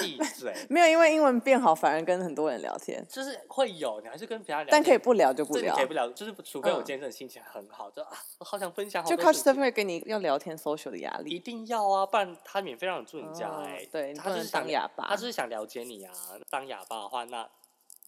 Speaker 2: 以 闭嘴。
Speaker 1: 没有，因为英文变好，反而跟很多人聊天，
Speaker 2: 就是会有，你还是跟其他人聊天，
Speaker 1: 但可以不聊就不
Speaker 2: 这你
Speaker 1: 聊
Speaker 2: 可以。不聊，就是除非我
Speaker 1: 嗯
Speaker 2: 今天真的心情很好，就啊，我好想分享好
Speaker 1: 就
Speaker 2: 多
Speaker 1: c o u c
Speaker 2: 事
Speaker 1: h s u
Speaker 2: 情啊
Speaker 1: r f i n 给你要聊天 social 的压
Speaker 2: 一
Speaker 1: 力。
Speaker 2: 定要啊，不然他免费让你住你家
Speaker 1: 哦
Speaker 2: 哎、
Speaker 1: 对你
Speaker 2: 他就
Speaker 1: 不
Speaker 2: 是
Speaker 1: 能
Speaker 2: 想
Speaker 1: 当哑巴
Speaker 2: 他就是想了解你啊。当哑巴的话，那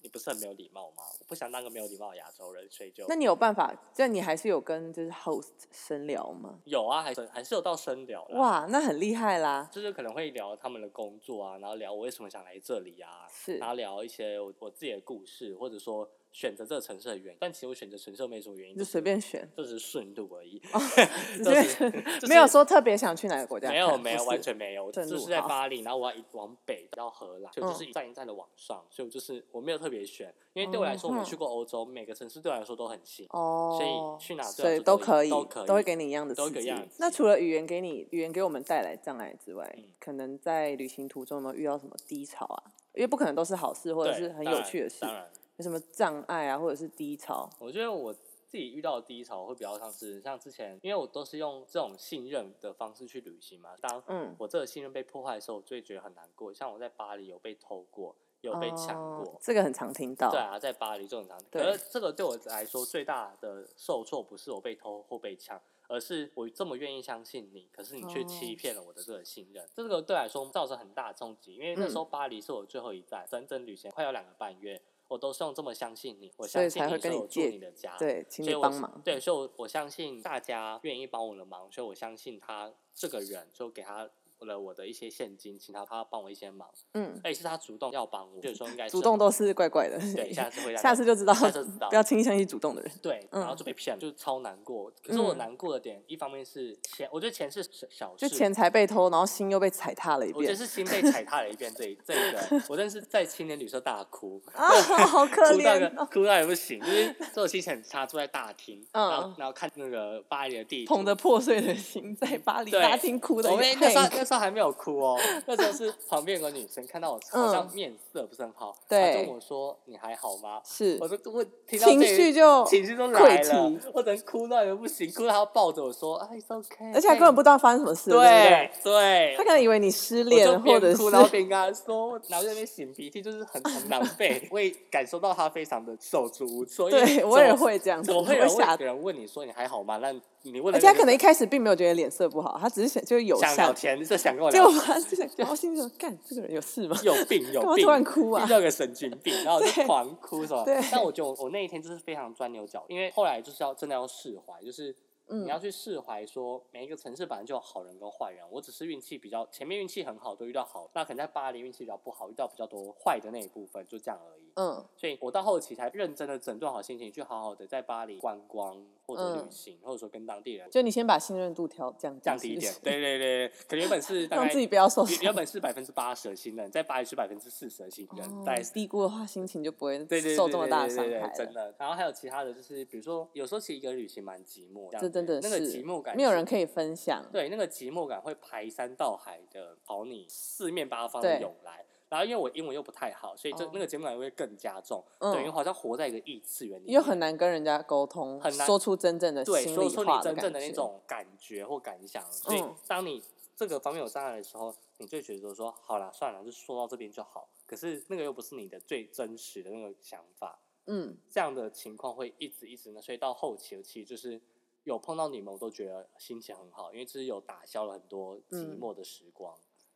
Speaker 2: 你不是很没有礼貌吗？我不想当个没有礼貌的亚洲人，所以就
Speaker 1: 那你有办法？这你还是有跟就是 host 深聊吗？
Speaker 2: 有啊，还是还是有到深聊啦，
Speaker 1: 哇，那很厉害啦！
Speaker 2: 就是可能会聊他们的工作啊，然后聊我为什么想来这里啊，
Speaker 1: 是
Speaker 2: 然后聊一些我我自己的故事，或者说选择这个城市的原因，但其实我选择城市都没什么原因，
Speaker 1: 你就随便选，
Speaker 2: 就只是顺路而已。
Speaker 1: 直
Speaker 2: 就
Speaker 1: 接
Speaker 2: 是 就是
Speaker 1: 没有说特别想去哪个国家看，
Speaker 2: 没有没
Speaker 1: 啊
Speaker 2: 有
Speaker 1: 不是
Speaker 2: 完全没有，我就
Speaker 1: 顺路
Speaker 2: 是在
Speaker 1: 好
Speaker 2: 巴黎，然后我要一往北到荷兰，就
Speaker 1: 嗯
Speaker 2: 就是一站一站的往上，所以我就是我没有特别选，因为对我来说，
Speaker 1: 嗯
Speaker 2: 我没
Speaker 1: 哼
Speaker 2: 去过欧洲，每个城市对我来说都很新，
Speaker 1: 哦，
Speaker 2: 所以去哪对
Speaker 1: 所
Speaker 2: 我来
Speaker 1: 以
Speaker 2: 说都
Speaker 1: 都可
Speaker 2: 以
Speaker 1: 以，
Speaker 2: 都可以
Speaker 1: 会给你一样的
Speaker 2: 都
Speaker 1: 刺
Speaker 2: 一个
Speaker 1: 激
Speaker 2: 样子。
Speaker 1: 那除了语言给你语言给我们带来障碍之外，
Speaker 2: 嗯
Speaker 1: 可能在旅行途中有没有遇到什么低潮啊？因为不可能都是好事或者
Speaker 2: 对
Speaker 1: 是很
Speaker 2: 当
Speaker 1: 有
Speaker 2: 然
Speaker 1: 趣的事
Speaker 2: 当，然，
Speaker 1: 有什么障碍啊，或者是低潮？
Speaker 2: 我觉得我自己遇到的低潮会比较像是像之前，因为我都是用这种信任的方式去旅行嘛。当
Speaker 1: 嗯，
Speaker 2: 我这个信任被破坏的时候，我就会觉得很难过。像我在巴黎有被偷过，有被抢
Speaker 1: 哦
Speaker 2: 过。
Speaker 1: 这个很常听到。
Speaker 2: 对啊，在巴黎这种场景，
Speaker 1: 哦对
Speaker 2: 可是这个对我来说最大的受挫不是我被偷或被抢，而是我这么愿意相信你，可是你却
Speaker 1: 哦
Speaker 2: 欺骗了我的这个信任，这个对我来说造成很大的冲击。因为那
Speaker 1: 嗯
Speaker 2: 时候巴黎是我最后一站，整整旅行快要两个半月，我都是用这么相信你，我
Speaker 1: 所以
Speaker 2: 相信你，所
Speaker 1: 才会跟
Speaker 2: 以
Speaker 1: 你
Speaker 2: 我住
Speaker 1: 借
Speaker 2: 你的家，
Speaker 1: 对，请
Speaker 2: 啊所以
Speaker 1: 你
Speaker 2: 我
Speaker 1: 帮
Speaker 2: 是
Speaker 1: 忙。
Speaker 2: 对，所以我我相信大家愿意帮我的忙，所以我相信他这个人，就给他了我的一些现金，请他他帮我一些忙，
Speaker 1: 嗯，
Speaker 2: 而且是他主动要帮我，所以说应该是
Speaker 1: 主动都是怪怪的。
Speaker 2: 哎 对，下次会让
Speaker 1: 下
Speaker 2: 他
Speaker 1: 次就知道，
Speaker 2: 下次就知道
Speaker 1: 不要轻易相信主动的人。
Speaker 2: 对，然后
Speaker 1: 嗯
Speaker 2: 就被骗了，就是超难过。可是我
Speaker 1: 嗯
Speaker 2: 难过的点，一方面是钱，我觉得钱是小小
Speaker 1: 就
Speaker 2: 事，
Speaker 1: 钱财被偷，然后心又被踩踏了一
Speaker 2: 我觉得
Speaker 1: 遍，
Speaker 2: 是心被踩踏了一遍。这一这一个，我真的是在青年旅社大哭，
Speaker 1: 啊，好 可
Speaker 2: 哭到一个
Speaker 1: 怜哦，
Speaker 2: 哭到也不行，就是这种心情很差，坐在大厅，然后
Speaker 1: 嗯
Speaker 2: 然后看那个巴黎的地
Speaker 1: 捧
Speaker 2: 图。
Speaker 1: 着破碎的心在巴黎
Speaker 2: 对
Speaker 1: 大厅哭的
Speaker 2: 我
Speaker 1: 一
Speaker 2: 们
Speaker 1: 个
Speaker 2: 那时候
Speaker 1: Hank
Speaker 2: 那时候还没有哭哦，那时候是旁边有个女生看到我好像面色不是很好，她
Speaker 1: 嗯对
Speaker 2: 跟我说你还好吗？
Speaker 1: 是
Speaker 2: 我就我听到
Speaker 1: 情
Speaker 2: 这一
Speaker 1: 绪就，
Speaker 2: 情绪都
Speaker 1: 哦
Speaker 2: 来
Speaker 1: 溃
Speaker 2: 了，我只能哭到也不行，哭到他抱着我说：“啊，it's okay。”
Speaker 1: 而且他根本不知道发生什么事，对不
Speaker 2: 对
Speaker 1: 对？
Speaker 2: 对
Speaker 1: 他，可能以为你失
Speaker 2: 我
Speaker 1: 恋
Speaker 2: 就
Speaker 1: 了，或者
Speaker 2: 边
Speaker 1: 是
Speaker 2: 哭然后边跟他说，然后在那边擤鼻涕，就是很很狼 狈，我也感受到他非常的手足无措。因为
Speaker 1: 对
Speaker 2: 怎
Speaker 1: 我也
Speaker 2: 么，
Speaker 1: 会这样子，
Speaker 2: 怎么会有人
Speaker 1: 会
Speaker 2: 问
Speaker 1: 吓
Speaker 2: 有人问你说你还好吗？那你问了
Speaker 1: 而且他可能一开始并没有觉得脸色不好，他只是想就是有
Speaker 2: 想
Speaker 1: 吓
Speaker 2: 聊，天，是想跟我
Speaker 1: 结
Speaker 2: 聊
Speaker 1: 果他就想， 然后心里想，干这个人有事吗？
Speaker 2: 有病有
Speaker 1: 干嘛
Speaker 2: 病，
Speaker 1: 突然哭啊
Speaker 2: 遇？到个神经病，然后我就
Speaker 1: 对
Speaker 2: 狂哭什么
Speaker 1: 对。
Speaker 2: 但我觉得我我那一天就是非常钻牛角，因为后来就是要真的要释怀，就是
Speaker 1: 嗯
Speaker 2: 你要去释怀，说每一个城市本来就有好人跟坏人，我只是运气比较前面运气很好，都遇到好，那可能在巴黎运气比较不好，遇到比较多坏的那一部分，就这样而已。
Speaker 1: 嗯，
Speaker 2: 所以我到后期才认真的整顿好心情，去好好的在巴黎观光或
Speaker 1: 嗯
Speaker 2: 者旅行，或者说跟当地人
Speaker 1: 就你先把信任度调降
Speaker 2: 降低一点
Speaker 1: 是。不是
Speaker 2: 对对对，对可能原本是大
Speaker 1: 让
Speaker 2: 概
Speaker 1: 自己不要受
Speaker 2: 原
Speaker 1: 伤。
Speaker 2: 原本是百分之八十的信任，在巴黎是百分之四十的信任，大概
Speaker 1: 哦
Speaker 2: 是
Speaker 1: 低估的话，心情就不会
Speaker 2: 对对对
Speaker 1: 受
Speaker 2: 对
Speaker 1: 这么
Speaker 2: 对
Speaker 1: 大的
Speaker 2: 对
Speaker 1: 伤
Speaker 2: 对
Speaker 1: 害
Speaker 2: 真
Speaker 1: 了。
Speaker 2: 的。然后还有其他的就是，比如说有时候其实一个旅行蛮寂寞，这
Speaker 1: 这
Speaker 2: 样
Speaker 1: 真的
Speaker 2: 那个
Speaker 1: 是
Speaker 2: 寂寞感，
Speaker 1: 没有人可以分享。
Speaker 2: 对那个寂寞感会排山倒海的朝你四面八方地
Speaker 1: 对
Speaker 2: 涌来。然后因为我英文又不太好，所以就
Speaker 1: 哦
Speaker 2: 那个节目感会更加重，
Speaker 1: 嗯
Speaker 2: 等于好像活在一个异次元里面，
Speaker 1: 又很难跟人家沟通，
Speaker 2: 很难
Speaker 1: 说出真正的
Speaker 2: 对
Speaker 1: 心
Speaker 2: 说
Speaker 1: 里
Speaker 2: 出你
Speaker 1: 话
Speaker 2: 真正
Speaker 1: 感
Speaker 2: 的那
Speaker 1: 觉。
Speaker 2: 种感觉或感想。所以
Speaker 1: 嗯
Speaker 2: 当你这个方面有障碍的时候，你就会觉得说好啦，算了，就说到这边就好。可是那个又不是你的最真实的那个想法，
Speaker 1: 嗯，
Speaker 2: 这样的情况会一直一直呢，所以到后期，其实就是有碰到你们，我都觉得心情很好，因为就是有打消了很多寂
Speaker 1: 嗯
Speaker 2: 寞的时光，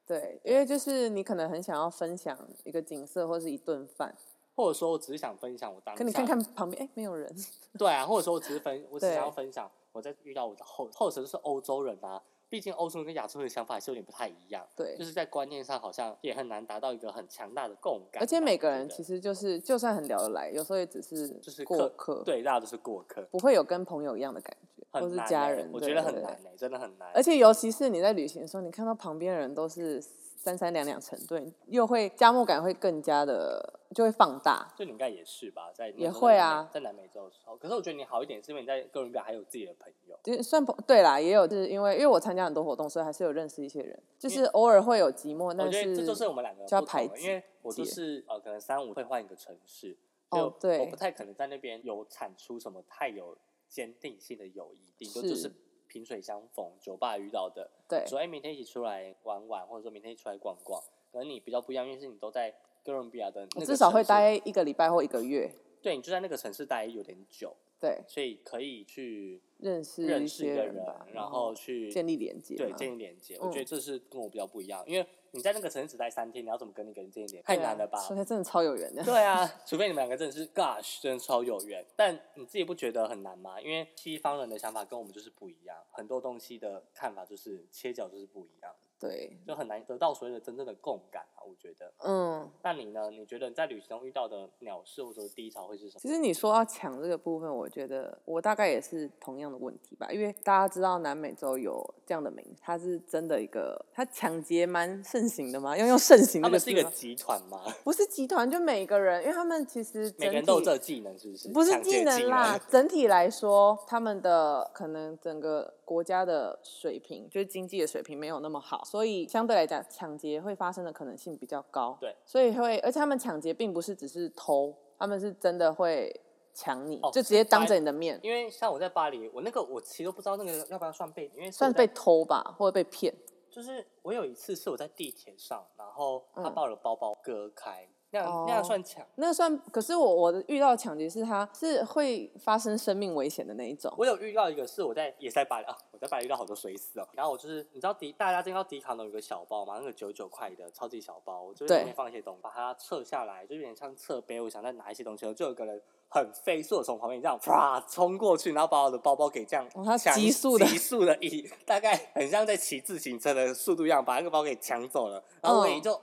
Speaker 1: 对，因为就是你可能很想要分享一个景色或是一顿饭，
Speaker 2: 或者说我只是想分享我当下，
Speaker 1: 可你看看旁边，哎，没有人，
Speaker 2: 对啊，或者说我只是分，我只
Speaker 1: 对
Speaker 2: 想要分享我在遇到我的后后者就是欧洲人啊，毕竟欧洲人跟亚洲人的想法还是有点不太一样，
Speaker 1: 对
Speaker 2: 就，是在观念上好像也很难达到一个很强大的共感吧，
Speaker 1: 而且每个人
Speaker 2: 对
Speaker 1: 其实就是就算很聊得来，有时候也只是就是过
Speaker 2: 客
Speaker 1: 客，
Speaker 2: 对大家都是过客，
Speaker 1: 不会有跟朋友一样的感觉，或
Speaker 2: 很
Speaker 1: 是
Speaker 2: 难欸、
Speaker 1: 家人，
Speaker 2: 我
Speaker 1: 对
Speaker 2: 觉得很。
Speaker 1: 对
Speaker 2: 难
Speaker 1: 对
Speaker 2: 欸，真的很难，
Speaker 1: 而且尤其是你在旅行的时候，你看到旁边的人都是三三两两成对，又会加莫感会更加的就会放大，
Speaker 2: 就你应该也是吧，在
Speaker 1: 也会啊
Speaker 2: 在南美洲的时候。可是我觉得你好一点，是因为你在哥伦比亚还有自己的朋友，
Speaker 1: 就是算朋对啦，也有就是因为因为我参加很多活动，所以还是有认识一些人，就
Speaker 2: 因
Speaker 1: 是偶尔会有寂寞，
Speaker 2: 我
Speaker 1: 但
Speaker 2: 觉得这就是
Speaker 1: 是
Speaker 2: 我们两个人
Speaker 1: 就要
Speaker 2: 不同
Speaker 1: 排
Speaker 2: 的，因为我就
Speaker 1: 解
Speaker 2: 是呃，可能三五会换一个城市，
Speaker 1: 哦
Speaker 2: 就
Speaker 1: 对
Speaker 2: 我不太可能在那边有产出什么太有坚定性的友谊，顶多
Speaker 1: 是
Speaker 2: 就是萍水相逢，酒吧遇到的，
Speaker 1: 对
Speaker 2: 说哎，明天一起出来玩玩，或者说明天一起出来逛逛。可能你比较不一样，因为是你都在哥伦比亚的那
Speaker 1: 我
Speaker 2: 个
Speaker 1: 哦至少会
Speaker 2: 城市，
Speaker 1: 待一个礼拜或一个月，
Speaker 2: 对你就在那个城市待有点久，
Speaker 1: 对，
Speaker 2: 所以可以去
Speaker 1: 认识
Speaker 2: 认
Speaker 1: 一
Speaker 2: 识一
Speaker 1: 些
Speaker 2: 个
Speaker 1: 吧，嗯
Speaker 2: 然后去
Speaker 1: 建立连接
Speaker 2: 对
Speaker 1: 嘛，
Speaker 2: 建立连接，我觉
Speaker 1: 嗯
Speaker 2: 得这是跟我比较不一样，因为你在那个城市只待三天，你要怎么跟那个人建立连接？太
Speaker 1: 对啊
Speaker 2: 难了吧？
Speaker 1: 所以真的超有缘的，
Speaker 2: 对啊，除非你们两个真的是 gosh，真的超有缘，但你自己不觉得很难吗？因为西方人的想法跟我们就是不一样，很多东西的看法就是切角就是不一样。
Speaker 1: 对，
Speaker 2: 就很难得到所谓的真正的共感啊。我觉得，
Speaker 1: 嗯，
Speaker 2: 那你呢？你觉得你在旅行中遇到的鸟事或者是低潮会是什么？
Speaker 1: 其实你说要抢这个部分，我觉得我大概也是同样的问题吧，因为大家知道南美洲有这样的名，它是真的一个，它抢劫蛮盛行的嘛，要用盛行
Speaker 2: 他
Speaker 1: 这个
Speaker 2: 们是
Speaker 1: 字
Speaker 2: 一个
Speaker 1: 吗
Speaker 2: 集团 吗？
Speaker 1: 不是集团，就每个人，因为他们其实
Speaker 2: 每
Speaker 1: 整
Speaker 2: 个人
Speaker 1: 体
Speaker 2: 都有这个技能，是不是？
Speaker 1: 不是
Speaker 2: 抢劫啊
Speaker 1: 技能啦， 整体来说，他们的可能整个国家的水平，就是经济的水平没有那么好，所以相对来讲，抢劫会发生的可能性比较高。
Speaker 2: 对，
Speaker 1: 所以会，而且他们抢劫并不是只是偷，他们是真的会抢你，
Speaker 2: 哦
Speaker 1: 就直接当着你的面，
Speaker 2: 因为像我在巴黎，我那个我其实都不知道那个要不要算被，因为是
Speaker 1: 算
Speaker 2: 我在
Speaker 1: 被偷吧，或者被骗。
Speaker 2: 就是我有一次是我在地铁上，然后他
Speaker 1: 嗯
Speaker 2: 把我的包包割开，那样、
Speaker 1: 哦
Speaker 2: 那样算抢？
Speaker 1: 那算，可是我我的遇到的抢劫是他是会发生生命危险的那一种。
Speaker 2: 我有遇到一个是我在也是在巴黎啊，我在巴黎遇到好多水死哦。然后我就是你知道迪大家知道迪卡侬有个小包嘛，那个九九块的超级小包，我就是里
Speaker 1: 对
Speaker 2: 面放一些东西，把它撤下来，就有点像侧背，我想再拿一些东西，我就有个人很飞速的从旁边这样啪冲过去，然后把我的包包给这样
Speaker 1: 哦他
Speaker 2: 抢
Speaker 1: 急速地
Speaker 2: 急速的以大概很像在骑自行车的速度一样，把那个包给抢走了。然后我也
Speaker 1: 嗯
Speaker 2: 就、呃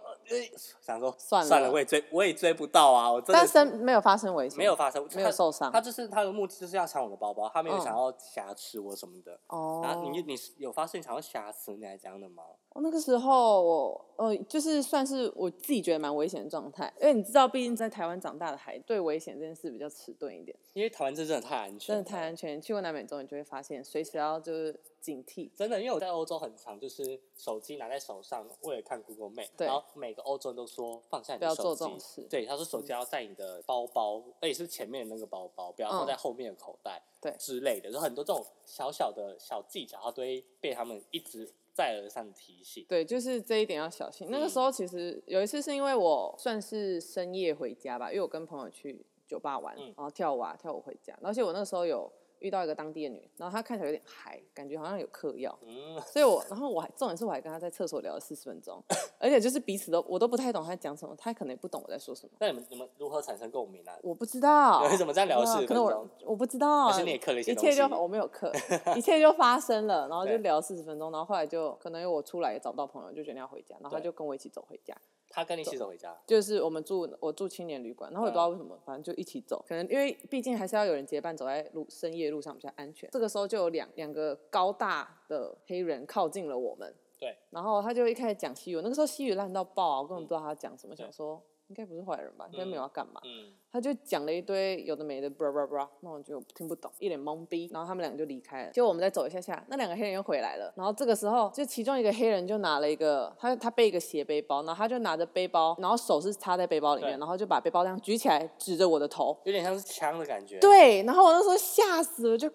Speaker 2: 想说
Speaker 1: 算了
Speaker 2: 算了，我也追我也追不到啊，我真的
Speaker 1: 但
Speaker 2: 是
Speaker 1: 生没有发生危险，
Speaker 2: 没有发生，
Speaker 1: 没有
Speaker 2: 他
Speaker 1: 受伤
Speaker 2: 他就是他的目的就是要抢我的包包，他没有
Speaker 1: 嗯
Speaker 2: 想要挟持我什么的。
Speaker 1: 哦。
Speaker 2: 然啊后你你是有发现想要挟持你还是怎样的吗？
Speaker 1: 我那个时候我呃，就是算是我自己觉得蛮危险的状态，因为你知道，毕竟在台湾长大的孩子对危险这件事比较迟钝一点，
Speaker 2: 因为台湾这真的太安全
Speaker 1: 真
Speaker 2: 了，
Speaker 1: 的太安全。去过南美洲，你就会发现随时要就是警惕。
Speaker 2: 真的，因为我在欧洲很长，就是手机拿在手上，为了看 Google Map，
Speaker 1: 对
Speaker 2: 然后每个欧洲人都说放下你
Speaker 1: 不
Speaker 2: 的
Speaker 1: 要
Speaker 2: 手机，
Speaker 1: 做这种事嗯
Speaker 2: 对，他说手机要在你的包包，而且是前面的那个包包，不要放在后面的口袋，
Speaker 1: 嗯对
Speaker 2: 之类的，就很多这种小小的小技巧，他都会被他们一直在耳上提醒。
Speaker 1: 对，就是这一点要小心。那
Speaker 2: 嗯
Speaker 1: 个时候其实有一次是因为我算是深夜回家吧，因为我跟朋友去酒吧玩，
Speaker 2: 嗯
Speaker 1: 然后跳舞啊跳舞回家，而且我那个时候有遇到一个当地的女，然后她看起来有点嗨，感觉好像有嗑药，
Speaker 2: 嗯，
Speaker 1: 所以我，然后我还重点是我还跟他在厕所聊了四十分钟，而且就是彼此都我都不太懂他在讲什么，他可能也不懂我在说什么，
Speaker 2: 那你们你们如何产生共鸣呢、啊？
Speaker 1: 我不知道
Speaker 2: 你。们怎么这样聊
Speaker 1: 对啊
Speaker 2: 四十
Speaker 1: 可
Speaker 2: 分
Speaker 1: 能我
Speaker 2: 钟？
Speaker 1: 我不知道，
Speaker 2: 还是你也刻了一些
Speaker 1: 一
Speaker 2: 东西
Speaker 1: 切就我没 有刻，一切就发生了，然后就
Speaker 2: 对
Speaker 1: 聊四十分钟，然后后来就可能因为我出来也找不到朋友，就决定要回家，然后他
Speaker 2: 对
Speaker 1: 就跟我一起走回家，
Speaker 2: 他跟你一起走回家，
Speaker 1: 就是我们住我住青年旅馆，然后我也不
Speaker 2: 嗯
Speaker 1: 知道为什么，反正就一起走，可能因为毕竟还是要有人结伴走在路深夜路上比较安全。这个时候就有两两个高大的黑人靠近了我们，
Speaker 2: 对，
Speaker 1: 然后他就一开始讲西语，那个时候西语烂到爆啊，我根本不知道他讲什么，
Speaker 2: 对
Speaker 1: 想说应该不是坏人吧，应该没有要干嘛，
Speaker 2: 嗯，
Speaker 1: 他就讲了一堆有的没的，bra bra bra，那我就听不懂，一脸懵逼。然后他们两个就离开了。结果我们再走一下下，那两个黑人又回来了。然后这个时候，就其中一个黑人就拿了一个，他他背一个斜背包，然后他就拿着背包，然后手是插在背包里面，
Speaker 2: 对
Speaker 1: 然后就把背包这样举起来，指着我的头。
Speaker 2: 有点像是枪的感觉。，
Speaker 1: 对，然后我那时候吓死了，就妈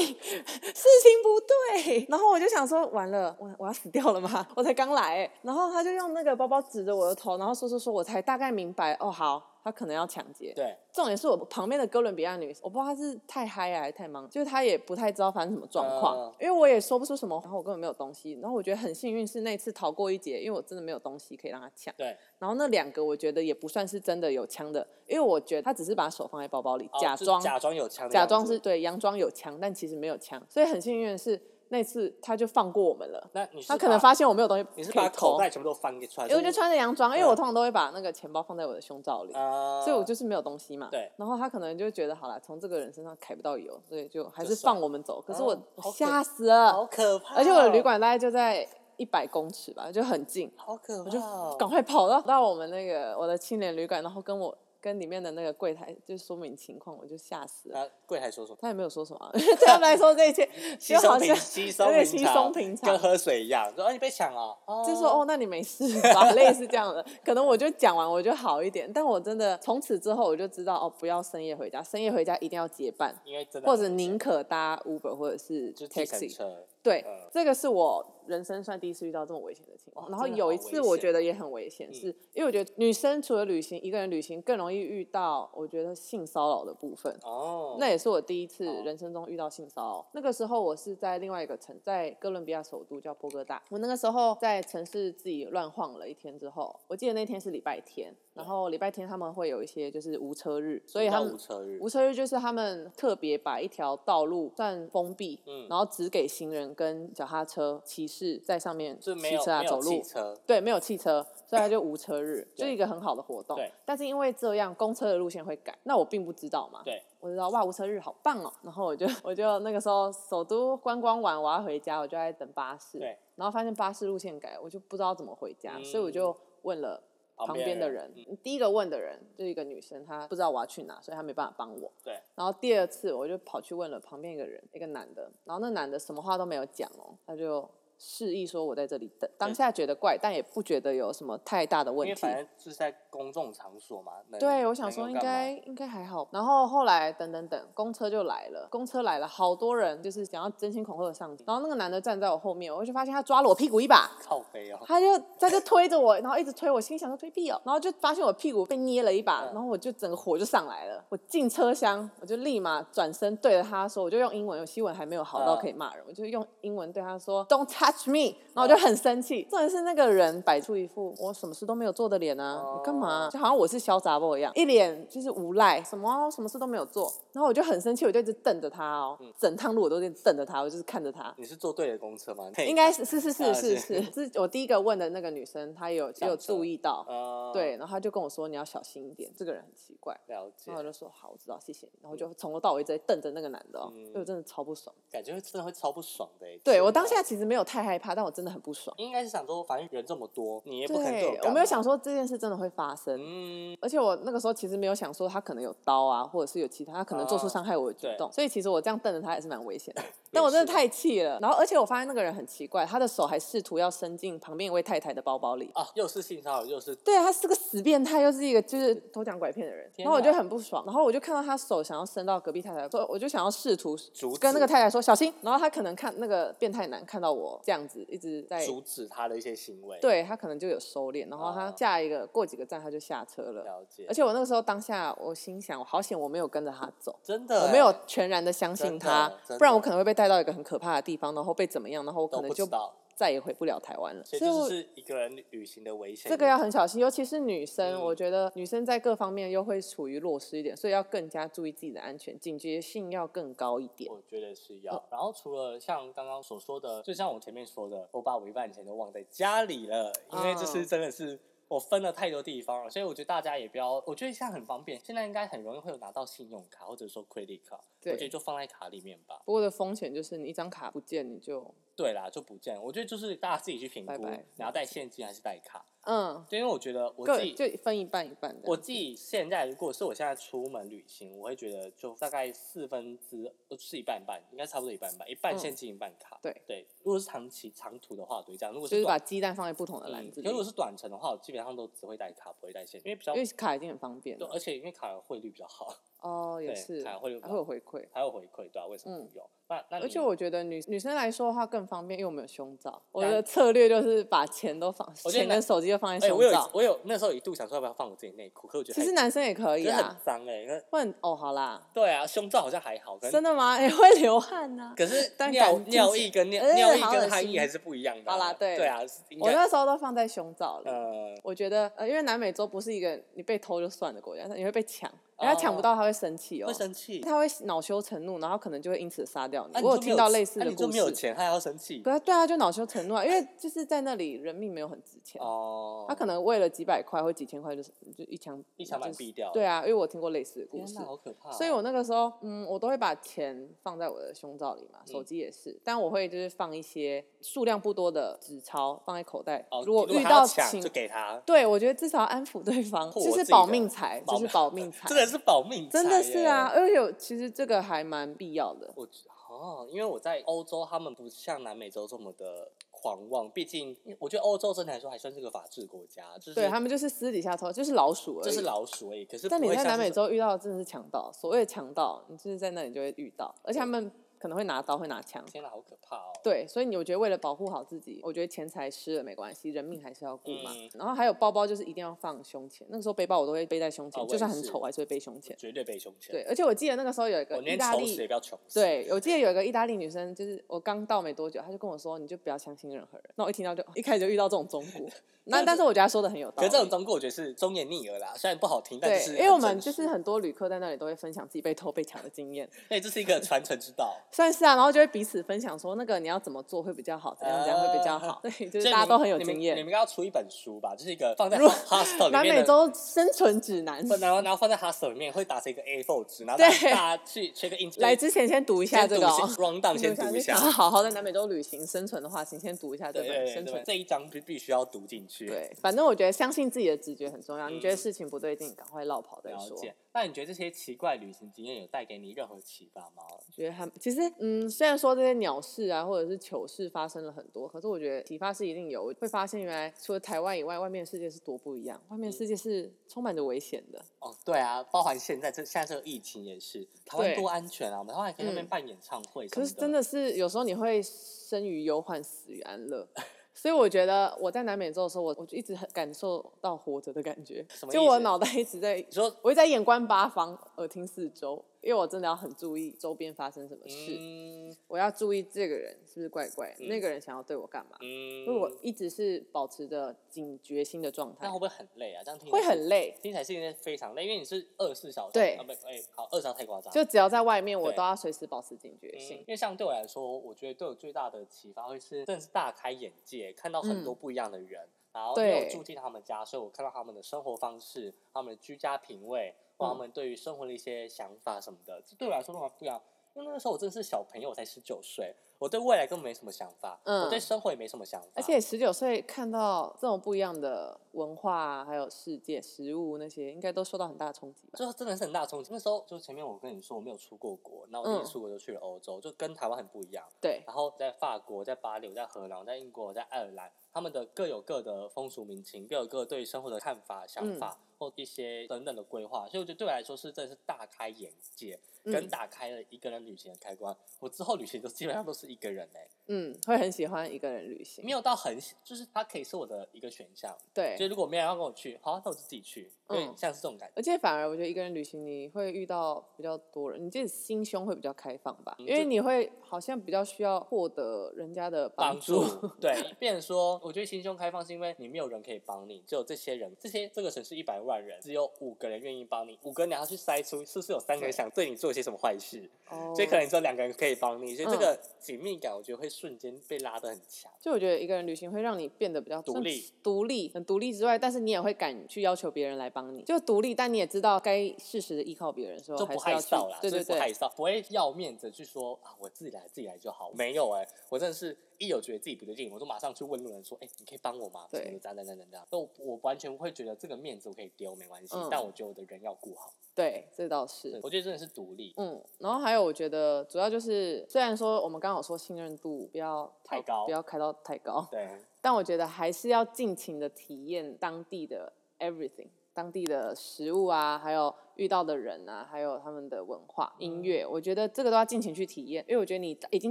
Speaker 1: 嘞，事情不对。然后我就想说，完了，我我要死掉了吗？我才刚来欸、然后他就用那个包包指着我的头，然后说说说，我才大概明白，哦，好，他可能要抢劫。
Speaker 2: 对，
Speaker 1: 重点是我旁边的哥伦比亚女，我不知道她是太嗨啊还是太忙，就是她也不太知道发生什么状况，
Speaker 2: 嗯
Speaker 1: 因为我也说不出什么，然后我根本没有东西，然后我觉得很幸运是那次逃过一劫，因为我真的没有东西可以让她抢。
Speaker 2: 对，
Speaker 1: 然后那两个我觉得也不算是真的有枪的，因为我觉得她只是把手放在包包里，
Speaker 2: 哦
Speaker 1: 假
Speaker 2: 就
Speaker 1: 装、
Speaker 2: 假装有枪的
Speaker 1: 假
Speaker 2: 样子，
Speaker 1: 装是对佯装有枪，但其实没有枪，所以很幸运的是那次她就放过我们了。
Speaker 2: 那你是
Speaker 1: 她可能
Speaker 2: 把
Speaker 1: 发现我没有东西，
Speaker 2: 你是把口袋，全部都翻给出来，
Speaker 1: 因为我就穿着洋装，因
Speaker 2: 嗯
Speaker 1: 为我通常都会把那个钱包放在我的胸罩里。
Speaker 2: 啊，
Speaker 1: 所以我就是没有东西嘛。
Speaker 2: 对
Speaker 1: 然后他可能就觉得好了，从这个人身上揩不到油，所以就还
Speaker 2: 就是算
Speaker 1: 放我们走。可是
Speaker 2: 哦
Speaker 1: 我
Speaker 2: 好可
Speaker 1: 吓死了，
Speaker 2: 好可怕哦，
Speaker 1: 而且我的旅馆大概就在一百公尺吧，就很近，
Speaker 2: 好可
Speaker 1: 我
Speaker 2: 怕
Speaker 1: 就
Speaker 2: 哦，
Speaker 1: 赶快跑到到我们那个我的青年旅馆，然后跟我跟里面的那个柜台就说明情况，我就吓死了。
Speaker 2: 啊，柜台说什么？
Speaker 1: 他也没有说什么 啊，对他们来说这 一切
Speaker 2: 稀
Speaker 1: 就
Speaker 2: 松
Speaker 1: 好
Speaker 2: 平
Speaker 1: 像
Speaker 2: 稀
Speaker 1: 有
Speaker 2: 松平
Speaker 1: 点稀
Speaker 2: 常
Speaker 1: 松平常
Speaker 2: 跟，喝水一样，说啊你被抢了，哦
Speaker 1: 就说哦，那你没事吧？类似这样的，可能我就讲完我就好一点，但我真的从此之后我就知道哦，不要深夜回家，深夜回家一定要结伴，
Speaker 2: 因为真的
Speaker 1: 或者
Speaker 2: 很危险
Speaker 1: 宁可搭 Uber 或者是
Speaker 2: 就是计程
Speaker 1: taxi。
Speaker 2: 车，
Speaker 1: 对
Speaker 2: 嗯，
Speaker 1: 这个是我人生算第一次遇到这么危险的情
Speaker 2: 哇
Speaker 1: 况。然后
Speaker 2: 真的
Speaker 1: 有
Speaker 2: 好
Speaker 1: 一
Speaker 2: 危
Speaker 1: 次我
Speaker 2: 险
Speaker 1: 觉得也很危险，
Speaker 2: 嗯
Speaker 1: 是因为我觉得女生除了旅行一个人旅行，更容易遇到我觉得性骚扰的部分。
Speaker 2: 哦，
Speaker 1: 那也是我第一次
Speaker 2: 哦
Speaker 1: 人生中遇到性骚扰。那个时候我是在另外一个城，在哥伦比亚首都叫波哥大。我那个时候在城市自己乱晃了一天之后，我记得那天是礼拜天，然后礼拜天他们会有一些就是无车日，所以他
Speaker 2: 叫
Speaker 1: 们
Speaker 2: 无车日
Speaker 1: 无，车日就是他们特别把一条道路算封闭，
Speaker 2: 嗯
Speaker 1: 然后只给行人跟脚踏车骑是在上面
Speaker 2: 是
Speaker 1: 骑
Speaker 2: 没有
Speaker 1: 车啊
Speaker 2: 没有
Speaker 1: 走
Speaker 2: 汽
Speaker 1: 路，
Speaker 2: 车，
Speaker 1: 对，没有汽车，所以它就无车日，
Speaker 2: 对
Speaker 1: 就是一个很好的活动
Speaker 2: 对。
Speaker 1: 但是因为这样，公车的路线会改，那我并不知道嘛。
Speaker 2: 对，
Speaker 1: 我就知道哇，无车日好棒哦。然后我就 我就那个时候首都观光完，我要回家，我就在等巴士。
Speaker 2: 对。
Speaker 1: 然后发现巴士路线改，我就不知道怎么回家，
Speaker 2: 嗯
Speaker 1: 所以我就问了。旁
Speaker 2: 旁
Speaker 1: 边的
Speaker 2: 的
Speaker 1: 人
Speaker 2: 嗯，
Speaker 1: 第一个问的人就是一个女生，她不知道我要去哪，所以她没办法帮我。
Speaker 2: 对，
Speaker 1: 然后第二次我就跑去问了旁边一个人，一个男的，然后那男的什么话都没有讲哦，他就示意说我在这里等。当下觉得怪，但也不觉得有什么太大的
Speaker 2: 因
Speaker 1: 问
Speaker 2: 为
Speaker 1: 题。
Speaker 2: 反正就是在公众场所嘛。能
Speaker 1: 对，我想
Speaker 2: 能
Speaker 1: 说
Speaker 2: 够
Speaker 1: 应
Speaker 2: 干嘛
Speaker 1: 该应该还好。然后后来等等等，公车就来了，公车来了，好多人就是想要争先恐后的上。然后那个男的站在我后面，我就发现他抓了我屁股一把，
Speaker 2: 靠背哦，
Speaker 1: 他就他就推着我，然后一直推我，心想说推屁哦，然后就发现我屁股被捏了一把，
Speaker 2: 嗯
Speaker 1: 然后我就整个火就上来了。我进车厢，我就立马转身对着他说，我就用英文，我西文还没有好到
Speaker 2: 嗯
Speaker 1: 可以骂人，我就用英文对他说 “Don't touch me”，然后我就
Speaker 2: 嗯
Speaker 1: 很生气。重点是那个人摆出一副我什么事都没有做的脸啊，
Speaker 2: 哦
Speaker 1: 你干嘛？就好像我是小杂包一样，一脸就是无赖，什么什么事都没有做。然后我就很生气，我就一直瞪着他哦，
Speaker 2: 嗯
Speaker 1: 整趟路我都在瞪着他，我就是看着他。
Speaker 2: 你是坐对了公车吗？
Speaker 1: 应该是是是是
Speaker 2: 啊
Speaker 1: 是
Speaker 2: 是
Speaker 1: 是，是我第一个问的那个女生，她有也有
Speaker 2: 上车
Speaker 1: 注意到，
Speaker 2: 呃，
Speaker 1: 对，然后她就跟我说你要小心一点，这个人很奇怪。
Speaker 2: 了解
Speaker 1: 然后，我就说好，我知道，谢谢你。然后就从头到尾一直在瞪着那个男的、哦，
Speaker 2: 嗯
Speaker 1: 所以我真的超不爽。
Speaker 2: 感觉真的会超不爽的欸。
Speaker 1: 对
Speaker 2: 天
Speaker 1: 我当
Speaker 2: 哪
Speaker 1: 下其实没有太害怕，但我真的很不爽。
Speaker 2: 应该是想说，反正人这么多，你也不可能对
Speaker 1: 对，
Speaker 2: 干
Speaker 1: 我没
Speaker 2: 嘛，
Speaker 1: 有想说这件事真的会发生，
Speaker 2: 嗯，
Speaker 1: 而且我那个时候其实没有想说他可能有刀啊，或者是有其他他可能做
Speaker 2: 啊
Speaker 1: 出伤害我的举动，所以其实我这样瞪着他也是蛮危 险的。但我真的太气了，然后而且我发现那个人很奇怪，他的手还试图要伸进旁边一位太太的包包里，
Speaker 2: 啊，又是性骚扰，又是
Speaker 1: 对，啊他是个死变态，又是一个就是偷抢拐骗的人，
Speaker 2: 天
Speaker 1: 然后我
Speaker 2: 哪
Speaker 1: 就很不爽，然后我就看到他手想要伸到隔壁太太，说我就想要试图
Speaker 2: 阻
Speaker 1: 跟那个
Speaker 2: 止
Speaker 1: 太太说小心，然后他可能看那个变态男看到我这样子一直在
Speaker 2: 阻止他的一些行为。，
Speaker 1: 对他可能就有收敛，然后他
Speaker 2: 啊
Speaker 1: 下一个过几个站他就下车了，
Speaker 2: 了解
Speaker 1: 而。且我那个时候当下我心想，我好险我没有跟着他走。
Speaker 2: 真的欸，
Speaker 1: 我没有全然的相信他
Speaker 2: 真的真，的
Speaker 1: 不然我可能会被带到一个很可怕的地方，然后被怎么样，然后我可
Speaker 2: 都
Speaker 1: 能
Speaker 2: 不
Speaker 1: 就
Speaker 2: 知道，
Speaker 1: 再也回不了台湾了。
Speaker 2: 所以
Speaker 1: 所以
Speaker 2: 这
Speaker 1: 我
Speaker 2: 就是一个人旅行的危险。
Speaker 1: 这个要很小心，尤其是女生，
Speaker 2: 嗯
Speaker 1: 我觉得女生在各方面又会处于弱势一点，所以要更加注意自己的安全，警觉性要更高一点。
Speaker 2: 我觉得是
Speaker 1: 哦
Speaker 2: 要。然后除了像刚刚所说的，就像我前面说的，我把我一半钱都忘在家里了，因为就是
Speaker 1: 嗯
Speaker 2: 真的是。我分了太多地方了，所以我觉得大家也不要，我觉得现在很方便，现在应该很容易会有拿到信用卡或者说 credit card，我
Speaker 1: 对
Speaker 2: 觉得就放在卡里面吧。
Speaker 1: 不过的风险就是你一张卡不见，你就
Speaker 2: 对啦，就不见了。我觉得就是大家自己去评估，
Speaker 1: 拜拜
Speaker 2: 你要带现金还是带卡。
Speaker 1: 嗯，
Speaker 2: 对，因为我觉得我
Speaker 1: 各
Speaker 2: 自己
Speaker 1: 就分一半一半这样。
Speaker 2: 我自己现在如果是我现在出门旅行，我会觉得就大概四分之呃是一半一半，应该差不多一半一半，一半
Speaker 1: 嗯
Speaker 2: 现金一半卡。
Speaker 1: 对
Speaker 2: 对，如果是长期长途的话，我就会这样；如果
Speaker 1: 就是把
Speaker 2: 短
Speaker 1: 鸡蛋放在不同的篮
Speaker 2: 嗯
Speaker 1: 子里，
Speaker 2: 可如果是短程的话，我基本上都只会带卡，不会带现金，因为比较
Speaker 1: 因为卡已经很方便
Speaker 2: 对，
Speaker 1: 了。
Speaker 2: 而且因为卡的汇率比较好，
Speaker 1: 哦，也
Speaker 2: 对
Speaker 1: 是，
Speaker 2: 卡会有
Speaker 1: 还会有回馈。
Speaker 2: 还有回馈，对啊，为什么
Speaker 1: 嗯
Speaker 2: 不用？那那
Speaker 1: 而
Speaker 2: 你
Speaker 1: 且我觉得女女生来说的话更方便，因为我们有胸罩。我
Speaker 2: 但
Speaker 1: 的策略就是把钱都放，
Speaker 2: 我觉得
Speaker 1: 钱
Speaker 2: 男
Speaker 1: 跟手机都放在
Speaker 2: 哎，
Speaker 1: 胸
Speaker 2: 我有
Speaker 1: 罩。
Speaker 2: 我有那时候一度想说要不要放我自己内裤，可我觉得
Speaker 1: 其实
Speaker 2: 太
Speaker 1: 男生也可以
Speaker 2: 觉得
Speaker 1: 啊
Speaker 2: 很，脏哎，那
Speaker 1: 问哦，好啦，
Speaker 2: 对啊，胸罩好像还好，可能
Speaker 1: 真的吗？ 也会流汗呐。
Speaker 2: 可是
Speaker 1: 但
Speaker 2: 尿
Speaker 1: 感进
Speaker 2: 尿
Speaker 1: 去
Speaker 2: 液跟尿
Speaker 1: 呃
Speaker 2: 尿液
Speaker 1: 好
Speaker 2: 跟
Speaker 1: 恶
Speaker 2: 汗
Speaker 1: 心
Speaker 2: 液还是不一样的啊。
Speaker 1: 好啦对
Speaker 2: 对啊，是应
Speaker 1: 我
Speaker 2: 该
Speaker 1: 那时候都放在胸罩里。
Speaker 2: 呃，
Speaker 1: 我觉得，呃，因为南美洲不是一个你被偷就算的国家，你会被抢，人家抢不到他会生气哦，
Speaker 2: 会生气。
Speaker 1: 他会恼羞成怒，然后可能就会因此杀掉
Speaker 2: 啊
Speaker 1: 你。
Speaker 2: 你
Speaker 1: 我
Speaker 2: 就没
Speaker 1: 听到类
Speaker 2: 钱
Speaker 1: 似
Speaker 2: 啊
Speaker 1: 的
Speaker 2: 你就
Speaker 1: 故
Speaker 2: 没有
Speaker 1: 事，
Speaker 2: 钱，他还要生气
Speaker 1: 对啊，对啊，就恼羞成怒啊，因为就是在那里人命没有很值钱，
Speaker 2: 哦。
Speaker 1: 啊他可能为了几百块或几千块就是就一枪
Speaker 2: 一枪把你
Speaker 1: 就是
Speaker 2: 毙掉
Speaker 1: 对啊，因为我听过类似的故
Speaker 2: 天
Speaker 1: 事
Speaker 2: 哪，，好可怕哦。
Speaker 1: 所以我那个时候，嗯，我都会把钱放在我的胸罩里嘛，
Speaker 2: 嗯
Speaker 1: 手机也是，但我会就是放一些数量不多的纸钞放在口袋。
Speaker 2: 哦
Speaker 1: 如果
Speaker 2: 他
Speaker 1: 遇
Speaker 2: 要
Speaker 1: 到
Speaker 2: 抢
Speaker 1: 情
Speaker 2: 就，给他，
Speaker 1: 对我觉得至少安抚对方，
Speaker 2: 或
Speaker 1: 这
Speaker 2: 我自
Speaker 1: 是
Speaker 2: 己
Speaker 1: 保
Speaker 2: 的
Speaker 1: 命财，
Speaker 2: 保
Speaker 1: 这是保命财，
Speaker 2: 真的是啊保命，
Speaker 1: 真的是啊，。而且我其实这个还蛮必要的。
Speaker 2: 我觉哦，因为我在欧洲，他们不像南美洲这么的狂妄，毕竟我觉得欧洲整体来说还算是个法治国家，就是
Speaker 1: 对他们就是私底下偷，就是老鼠而已。
Speaker 2: 就是老鼠而已。可是
Speaker 1: 但
Speaker 2: 不
Speaker 1: 你
Speaker 2: 会
Speaker 1: 在
Speaker 2: 像
Speaker 1: 南
Speaker 2: 是
Speaker 1: 美洲遇到的真的是强盗，所谓的强盗，你就是在那里就会遇到，而且他们可能会拿刀，会拿枪。
Speaker 2: 天哪，好可怕哦。
Speaker 1: 对，所以你我觉得为了保护好自己，我觉得钱财失了没关系，人命还是要顾嘛。
Speaker 2: 嗯
Speaker 1: 然后还有包包，就是一定要放胸前。那个时候背包我都会背在胸前，
Speaker 2: 哦我也
Speaker 1: 就算很
Speaker 2: 是
Speaker 1: 丑我还是会背胸前。
Speaker 2: 绝对被凶钱。
Speaker 1: 对，而且我记得那个时候有一个
Speaker 2: 我
Speaker 1: 意
Speaker 2: 连
Speaker 1: 大
Speaker 2: 丑死也
Speaker 1: 利，
Speaker 2: 不要穷死。
Speaker 1: 对我记得有一个意大利女生，就是我刚到没多久，她就跟我说，你就不要相信任何人。那我一听到就一开始就遇到这种中 国，那
Speaker 2: 这
Speaker 1: 但是我觉得她说的很有道
Speaker 2: 可是
Speaker 1: 理
Speaker 2: 这。种中国，我觉得是忠言逆耳啦，虽然不好听，但
Speaker 1: 对
Speaker 2: 就是，
Speaker 1: 因为我
Speaker 2: 很
Speaker 1: 们
Speaker 2: 真
Speaker 1: 就
Speaker 2: 实
Speaker 1: 是很多旅客在那里都会分享自己被偷被抢的经验，
Speaker 2: 对，这是一个传承之道。
Speaker 1: 算是啊，然后就会彼此分享说那个你要怎么做会比较好，怎样怎样会比较好，对，就是
Speaker 2: 呃所以
Speaker 1: 大家
Speaker 2: 你们
Speaker 1: 都很有
Speaker 2: 你们
Speaker 1: 经
Speaker 2: 你
Speaker 1: 验。
Speaker 2: 们应该要出一本书吧，就是一个放在
Speaker 1: 如
Speaker 2: hostel
Speaker 1: 南
Speaker 2: 里面
Speaker 1: 美
Speaker 2: 的。
Speaker 1: 洲生存指南，
Speaker 2: 不然后，然后放在 hostel 里面会打成一个 A4 纸，然后大
Speaker 1: 对
Speaker 2: 家大家去 check in，
Speaker 1: 来之前先读一下
Speaker 2: 先
Speaker 1: 这
Speaker 2: 读
Speaker 1: 个、哦
Speaker 2: 先。round down 先读一下
Speaker 1: 想。要 好好在南美洲旅行生存的话，请先读一下这
Speaker 2: 对
Speaker 1: 本
Speaker 2: 对对
Speaker 1: 生
Speaker 2: 对，
Speaker 1: 存。
Speaker 2: 这一章必必须要读进去。，
Speaker 1: 对，反正我觉得相信自己的直觉很重要。你觉得
Speaker 2: 嗯
Speaker 1: 事情不对劲，赶快绕跑再
Speaker 2: 了
Speaker 1: 说。
Speaker 2: 解。那你觉得这些奇怪旅行经验有带给你任何启发吗？
Speaker 1: 觉得还其实，嗯，虽然说这些鸟事啊，或者是糗事发生了很多，可是我觉得启发是一定有。会发现原来除了台湾以外，外面的世界是多不一样。外
Speaker 2: 嗯
Speaker 1: 面的世界是充满着危险的。
Speaker 2: 哦，对啊，包含现在这现在这个疫情也是，台湾
Speaker 1: 对
Speaker 2: 多安全啊！我们台湾还可以在那边
Speaker 1: 嗯
Speaker 2: 办演唱会、
Speaker 1: 可是真，的是有时候你会生于忧患，死于安乐。 所以我觉得我在南美洲的时候，我我就一直很感受到活着的感觉
Speaker 2: 什，么
Speaker 1: 就
Speaker 2: 意
Speaker 1: 我
Speaker 2: 思
Speaker 1: 脑袋一直在
Speaker 2: 你说，
Speaker 1: 我一直在眼观八方，耳听四周，因为我真的要很注意周边发生什么事，
Speaker 2: 嗯
Speaker 1: 我要注意这个人是不是怪怪，
Speaker 2: 嗯
Speaker 1: 那个人想要对我干嘛，
Speaker 2: 嗯，
Speaker 1: 所以我一直是保持着警觉心的状态
Speaker 2: 那会，不会很累啊？这样听起来
Speaker 1: 会
Speaker 2: 是
Speaker 1: 很累。
Speaker 2: 听起来是一件非常累，因为你是二十四小时，
Speaker 1: 对
Speaker 2: 啊不，哎、好，二十小时太夸张，
Speaker 1: 就只要在外面，我
Speaker 2: 对
Speaker 1: 都要随时保持警觉
Speaker 2: 嗯
Speaker 1: 性
Speaker 2: 因。为像对我来说，我觉得对我最大的启发会是，真的是大开眼界，看到很多不一样的人。然后因为我
Speaker 1: 嗯对
Speaker 2: 住进他们家，所以我看到他们的生活方式、他们的居家品味，或他
Speaker 1: 嗯
Speaker 2: 们对于生活的一些想法什么的，这对我来说都蛮不一样。因为那个时候我真的是小朋友，我才十九岁，我对未来根本没什么想法，我对
Speaker 1: 嗯
Speaker 2: 生活也没什么想法。
Speaker 1: 而且十九岁看到这种不一样的文化、啊，还有世界、食物那些，应该都受到很大的冲击吧？
Speaker 2: 就是真的是很大的冲击。那时候就前面我跟你说我没有出过国，然后我第
Speaker 1: 嗯
Speaker 2: 一出国就去了欧洲，就跟台湾很不一样。
Speaker 1: 对，
Speaker 2: 然后在法国、在巴黎、我在荷兰、我在英国、我在爱尔兰，他们的各有各的风俗民情，各有各对生活的看法、想
Speaker 1: 嗯
Speaker 2: 法、或一些等等的规划，所以我觉得对我来说是真的是大开眼界，跟
Speaker 1: 嗯
Speaker 2: 打开了一个人旅行的开关。我之后旅行都基本上都是一个人哎、
Speaker 1: 嗯，会很喜欢一个人旅
Speaker 2: 没
Speaker 1: 行。
Speaker 2: 有到很喜就是它可以是我的一个选项，就
Speaker 1: 对
Speaker 2: 是，如果没有人要跟我去，好，那我就自己去，有点
Speaker 1: 嗯
Speaker 2: 像是这种感觉。
Speaker 1: 而且反而我觉得一个人旅行，你会遇到比较多人，你自己心胸会比较开放吧，
Speaker 2: 嗯
Speaker 1: 因
Speaker 2: 就
Speaker 1: 为你会好像比较需要获得人家的
Speaker 2: 帮
Speaker 1: 助。
Speaker 2: 对，变成说，我觉得心胸开放是因为你没有人可以帮你，只有这些人，这些这个城市一百万人，只有五个人愿意帮你，五个人你要去筛出是不是有三个人
Speaker 1: 对
Speaker 2: 想对你做些什么坏事，
Speaker 1: 哦嗯
Speaker 2: 所以可能只有两个人可以帮你，所以这个紧密感我觉得会瞬间被拉得很强。
Speaker 1: 就我觉得一个人旅行会让你变得比较
Speaker 2: 独
Speaker 1: 算
Speaker 2: 立、
Speaker 1: 独立、很独立之外，但是你也会敢去要求别人来帮你，就独立，但你也知道该适时的依靠别人的时候，
Speaker 2: 就
Speaker 1: 还
Speaker 2: 不
Speaker 1: 是
Speaker 2: 害
Speaker 1: 要去
Speaker 2: 臊啦，
Speaker 1: 对
Speaker 2: 就
Speaker 1: 对
Speaker 2: 是不害
Speaker 1: 对，
Speaker 2: 臊，不会要面子去说啊，我自己来，自己来就好。没有哎、我真的是一有觉得自己不对劲，我就马上去问路人说，哎、你可以帮我吗？
Speaker 1: 对
Speaker 2: 什么的这样这样这样这样。那我我完全不会觉得这个面子我可以丢，没关系，
Speaker 1: 嗯
Speaker 2: 但我觉得我的人要顾好。
Speaker 1: 对，这倒
Speaker 2: 对
Speaker 1: 是。
Speaker 2: 我觉得真的是独立，
Speaker 1: 嗯，然后还有，我觉得主要就是，虽然说我们刚好说信任度不要
Speaker 2: 太
Speaker 1: 调
Speaker 2: 高
Speaker 1: 不要开到太高，
Speaker 2: 对，
Speaker 1: 但我觉得还是要尽情的体验当地的 everything，当地的食物啊，还有遇到的人啊，还有他们的文化、音乐，
Speaker 2: 嗯
Speaker 1: 我觉得这个都要尽情去体验，因为我觉得你已经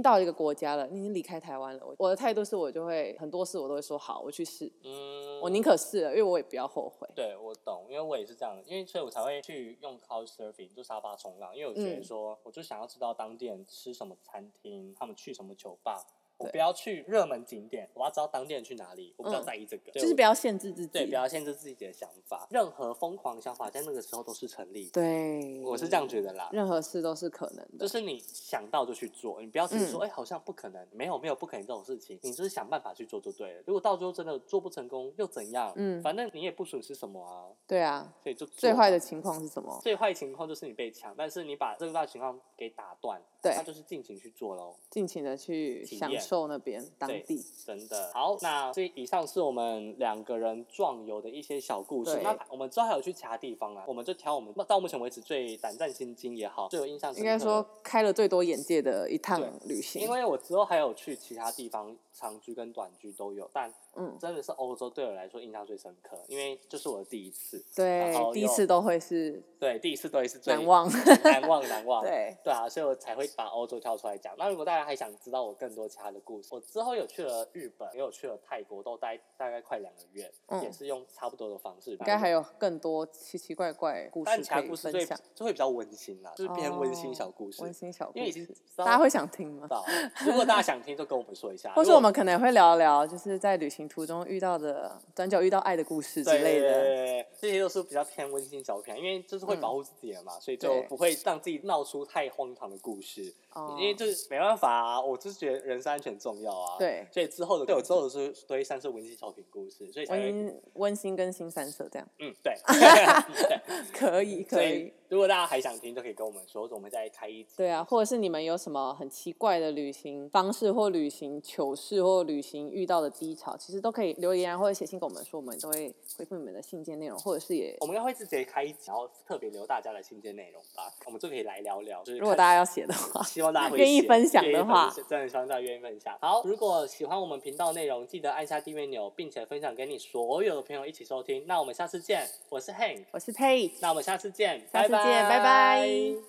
Speaker 1: 到了一个国家了，你已经离开台湾了。我我的态度是我就会很多事我都会说好，我去试，
Speaker 2: 嗯，
Speaker 1: 我宁可试了，因为我也不要后悔。
Speaker 2: 对我懂，因为我也是这样，因为所以我才会去用 couch surfing 就沙发冲浪，因为我觉得
Speaker 1: 嗯
Speaker 2: 说，我就想要知道当地人吃什么餐厅，他们去什么酒吧，我
Speaker 1: 对
Speaker 2: 不要去热门景点，我要知道当地人去哪里，我比较
Speaker 1: 嗯
Speaker 2: 在意这个，
Speaker 1: 就是不
Speaker 2: 要
Speaker 1: 要限制自己。
Speaker 2: 对不要限制自己的想法，任何疯狂的想法在那个时候都是成立的，
Speaker 1: 对
Speaker 2: 我是这样觉得啦。
Speaker 1: 任何事都是可能的。
Speaker 2: 就是你想到就去做，你不要只
Speaker 1: 嗯
Speaker 2: 是说，哎、好像不可能，没有没有不可能这种事情，你就是想办法去做就对了。如果到最后真的做不成功又怎样？
Speaker 1: 嗯
Speaker 2: 反正你也不损失什么啊，
Speaker 1: 对啊，
Speaker 2: 所以就做
Speaker 1: 最坏的
Speaker 2: 吧
Speaker 1: 情况是什么？
Speaker 2: 最坏情况就是你被抢，但是你把最坏的情况给打断，
Speaker 1: 对
Speaker 2: 那就是尽情去做喽。
Speaker 1: 尽情的去
Speaker 2: 体
Speaker 1: 享
Speaker 2: 验
Speaker 1: 受那边当
Speaker 2: 对
Speaker 1: 地。
Speaker 2: 真的好，那这以上是我们两个人壮游的一些小故事。
Speaker 1: 对
Speaker 2: 那我们之后还有去其他地方啊，我们就挑我们到目前为止最胆战心惊也好，最有印象深
Speaker 1: 应
Speaker 2: 刻的。
Speaker 1: 该说开了最多眼界的一趟
Speaker 2: 对
Speaker 1: 旅行，
Speaker 2: 因为我之后还有去其他地方长居跟短居都有，但
Speaker 1: 嗯，
Speaker 2: 真的是欧洲对我来说印象最深刻，因为这是我的第一次，然后
Speaker 1: 对，第一
Speaker 2: 又
Speaker 1: 次都会是
Speaker 2: 对，第一次都是最
Speaker 1: 难忘，
Speaker 2: 难忘难忘。
Speaker 1: 对，
Speaker 2: 对啊，所以我才会把欧洲挑出来讲。那如果大家还想知道我更多其他的故事，我之后有去了日本，也有去了泰国，都待大概快两个月，
Speaker 1: 嗯
Speaker 2: 也是用差不多的方式。应
Speaker 1: 应该还有更多奇奇怪怪的故
Speaker 2: 但
Speaker 1: 事
Speaker 2: 其他
Speaker 1: 可
Speaker 2: 故
Speaker 1: 以
Speaker 2: 事
Speaker 1: 分
Speaker 2: 最
Speaker 1: 享，哦
Speaker 2: 就会比较温馨啦，就是偏温馨小故事。
Speaker 1: 温馨小
Speaker 2: 因
Speaker 1: 故
Speaker 2: 为已经
Speaker 1: 事，
Speaker 2: 知道
Speaker 1: 大家会想听吗？
Speaker 2: 到，如果大家想听，就跟我们说一下。
Speaker 1: 或
Speaker 2: 如
Speaker 1: 是
Speaker 2: 果
Speaker 1: 我们可能会聊聊，就是在旅行你途中遇到的转角遇到爱的故事之
Speaker 2: 对
Speaker 1: 类的。
Speaker 2: 这些都是比较偏温馨小品，因为就是会
Speaker 1: 嗯
Speaker 2: 保护自己的嘛，所以
Speaker 1: 对
Speaker 2: 就不会让自己闹出太荒唐的故事。
Speaker 1: 哦
Speaker 2: 因为就是没办法啊，我就是觉得人身安全重要啊。
Speaker 1: 对
Speaker 2: 所以之后的对我之后的是堆算是温馨小品故事，所以才会
Speaker 1: 温温馨跟新三色这样，
Speaker 2: 嗯 对对，
Speaker 1: 可以
Speaker 2: 所
Speaker 1: 可以
Speaker 2: 以。如果大家还想听，就可以跟我们说，我们再开一集。
Speaker 1: 对啊，或者是你们有什么很奇怪的旅行方式或旅行糗事或旅行遇到的低潮，其实都可以留言啊，或者写信给我们说，我们都会回复你们的信件内容，或者是也
Speaker 2: 我们应该会直接开一集，然后特别留大家的信件内容吧，我们就可以来聊聊。就是
Speaker 1: 如果
Speaker 2: 看
Speaker 1: 大家要写的话，
Speaker 2: 希望大家会
Speaker 1: 愿意
Speaker 2: 写
Speaker 1: 分享的
Speaker 2: 愿意分
Speaker 1: 话
Speaker 2: 享真的希望大家愿意分享。好，如果喜欢我们频道内容，记得按下订阅钮，并且分享给你所有的朋友一起收听。那我们下次见，我是 Hank，
Speaker 1: 我是 Page。
Speaker 2: 那我们下次见，
Speaker 1: 下次见拜拜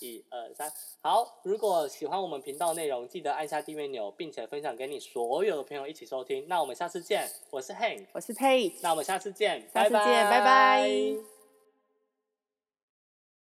Speaker 2: 一二三，好！如果喜欢我们频道内容，记得按下订阅钮，并且分享给你所有的朋友一起收听。那我们下次见，我是 Hank，
Speaker 1: 我是 Page，
Speaker 2: 那我们下次见，
Speaker 1: 下次见，
Speaker 2: 拜
Speaker 1: 拜拜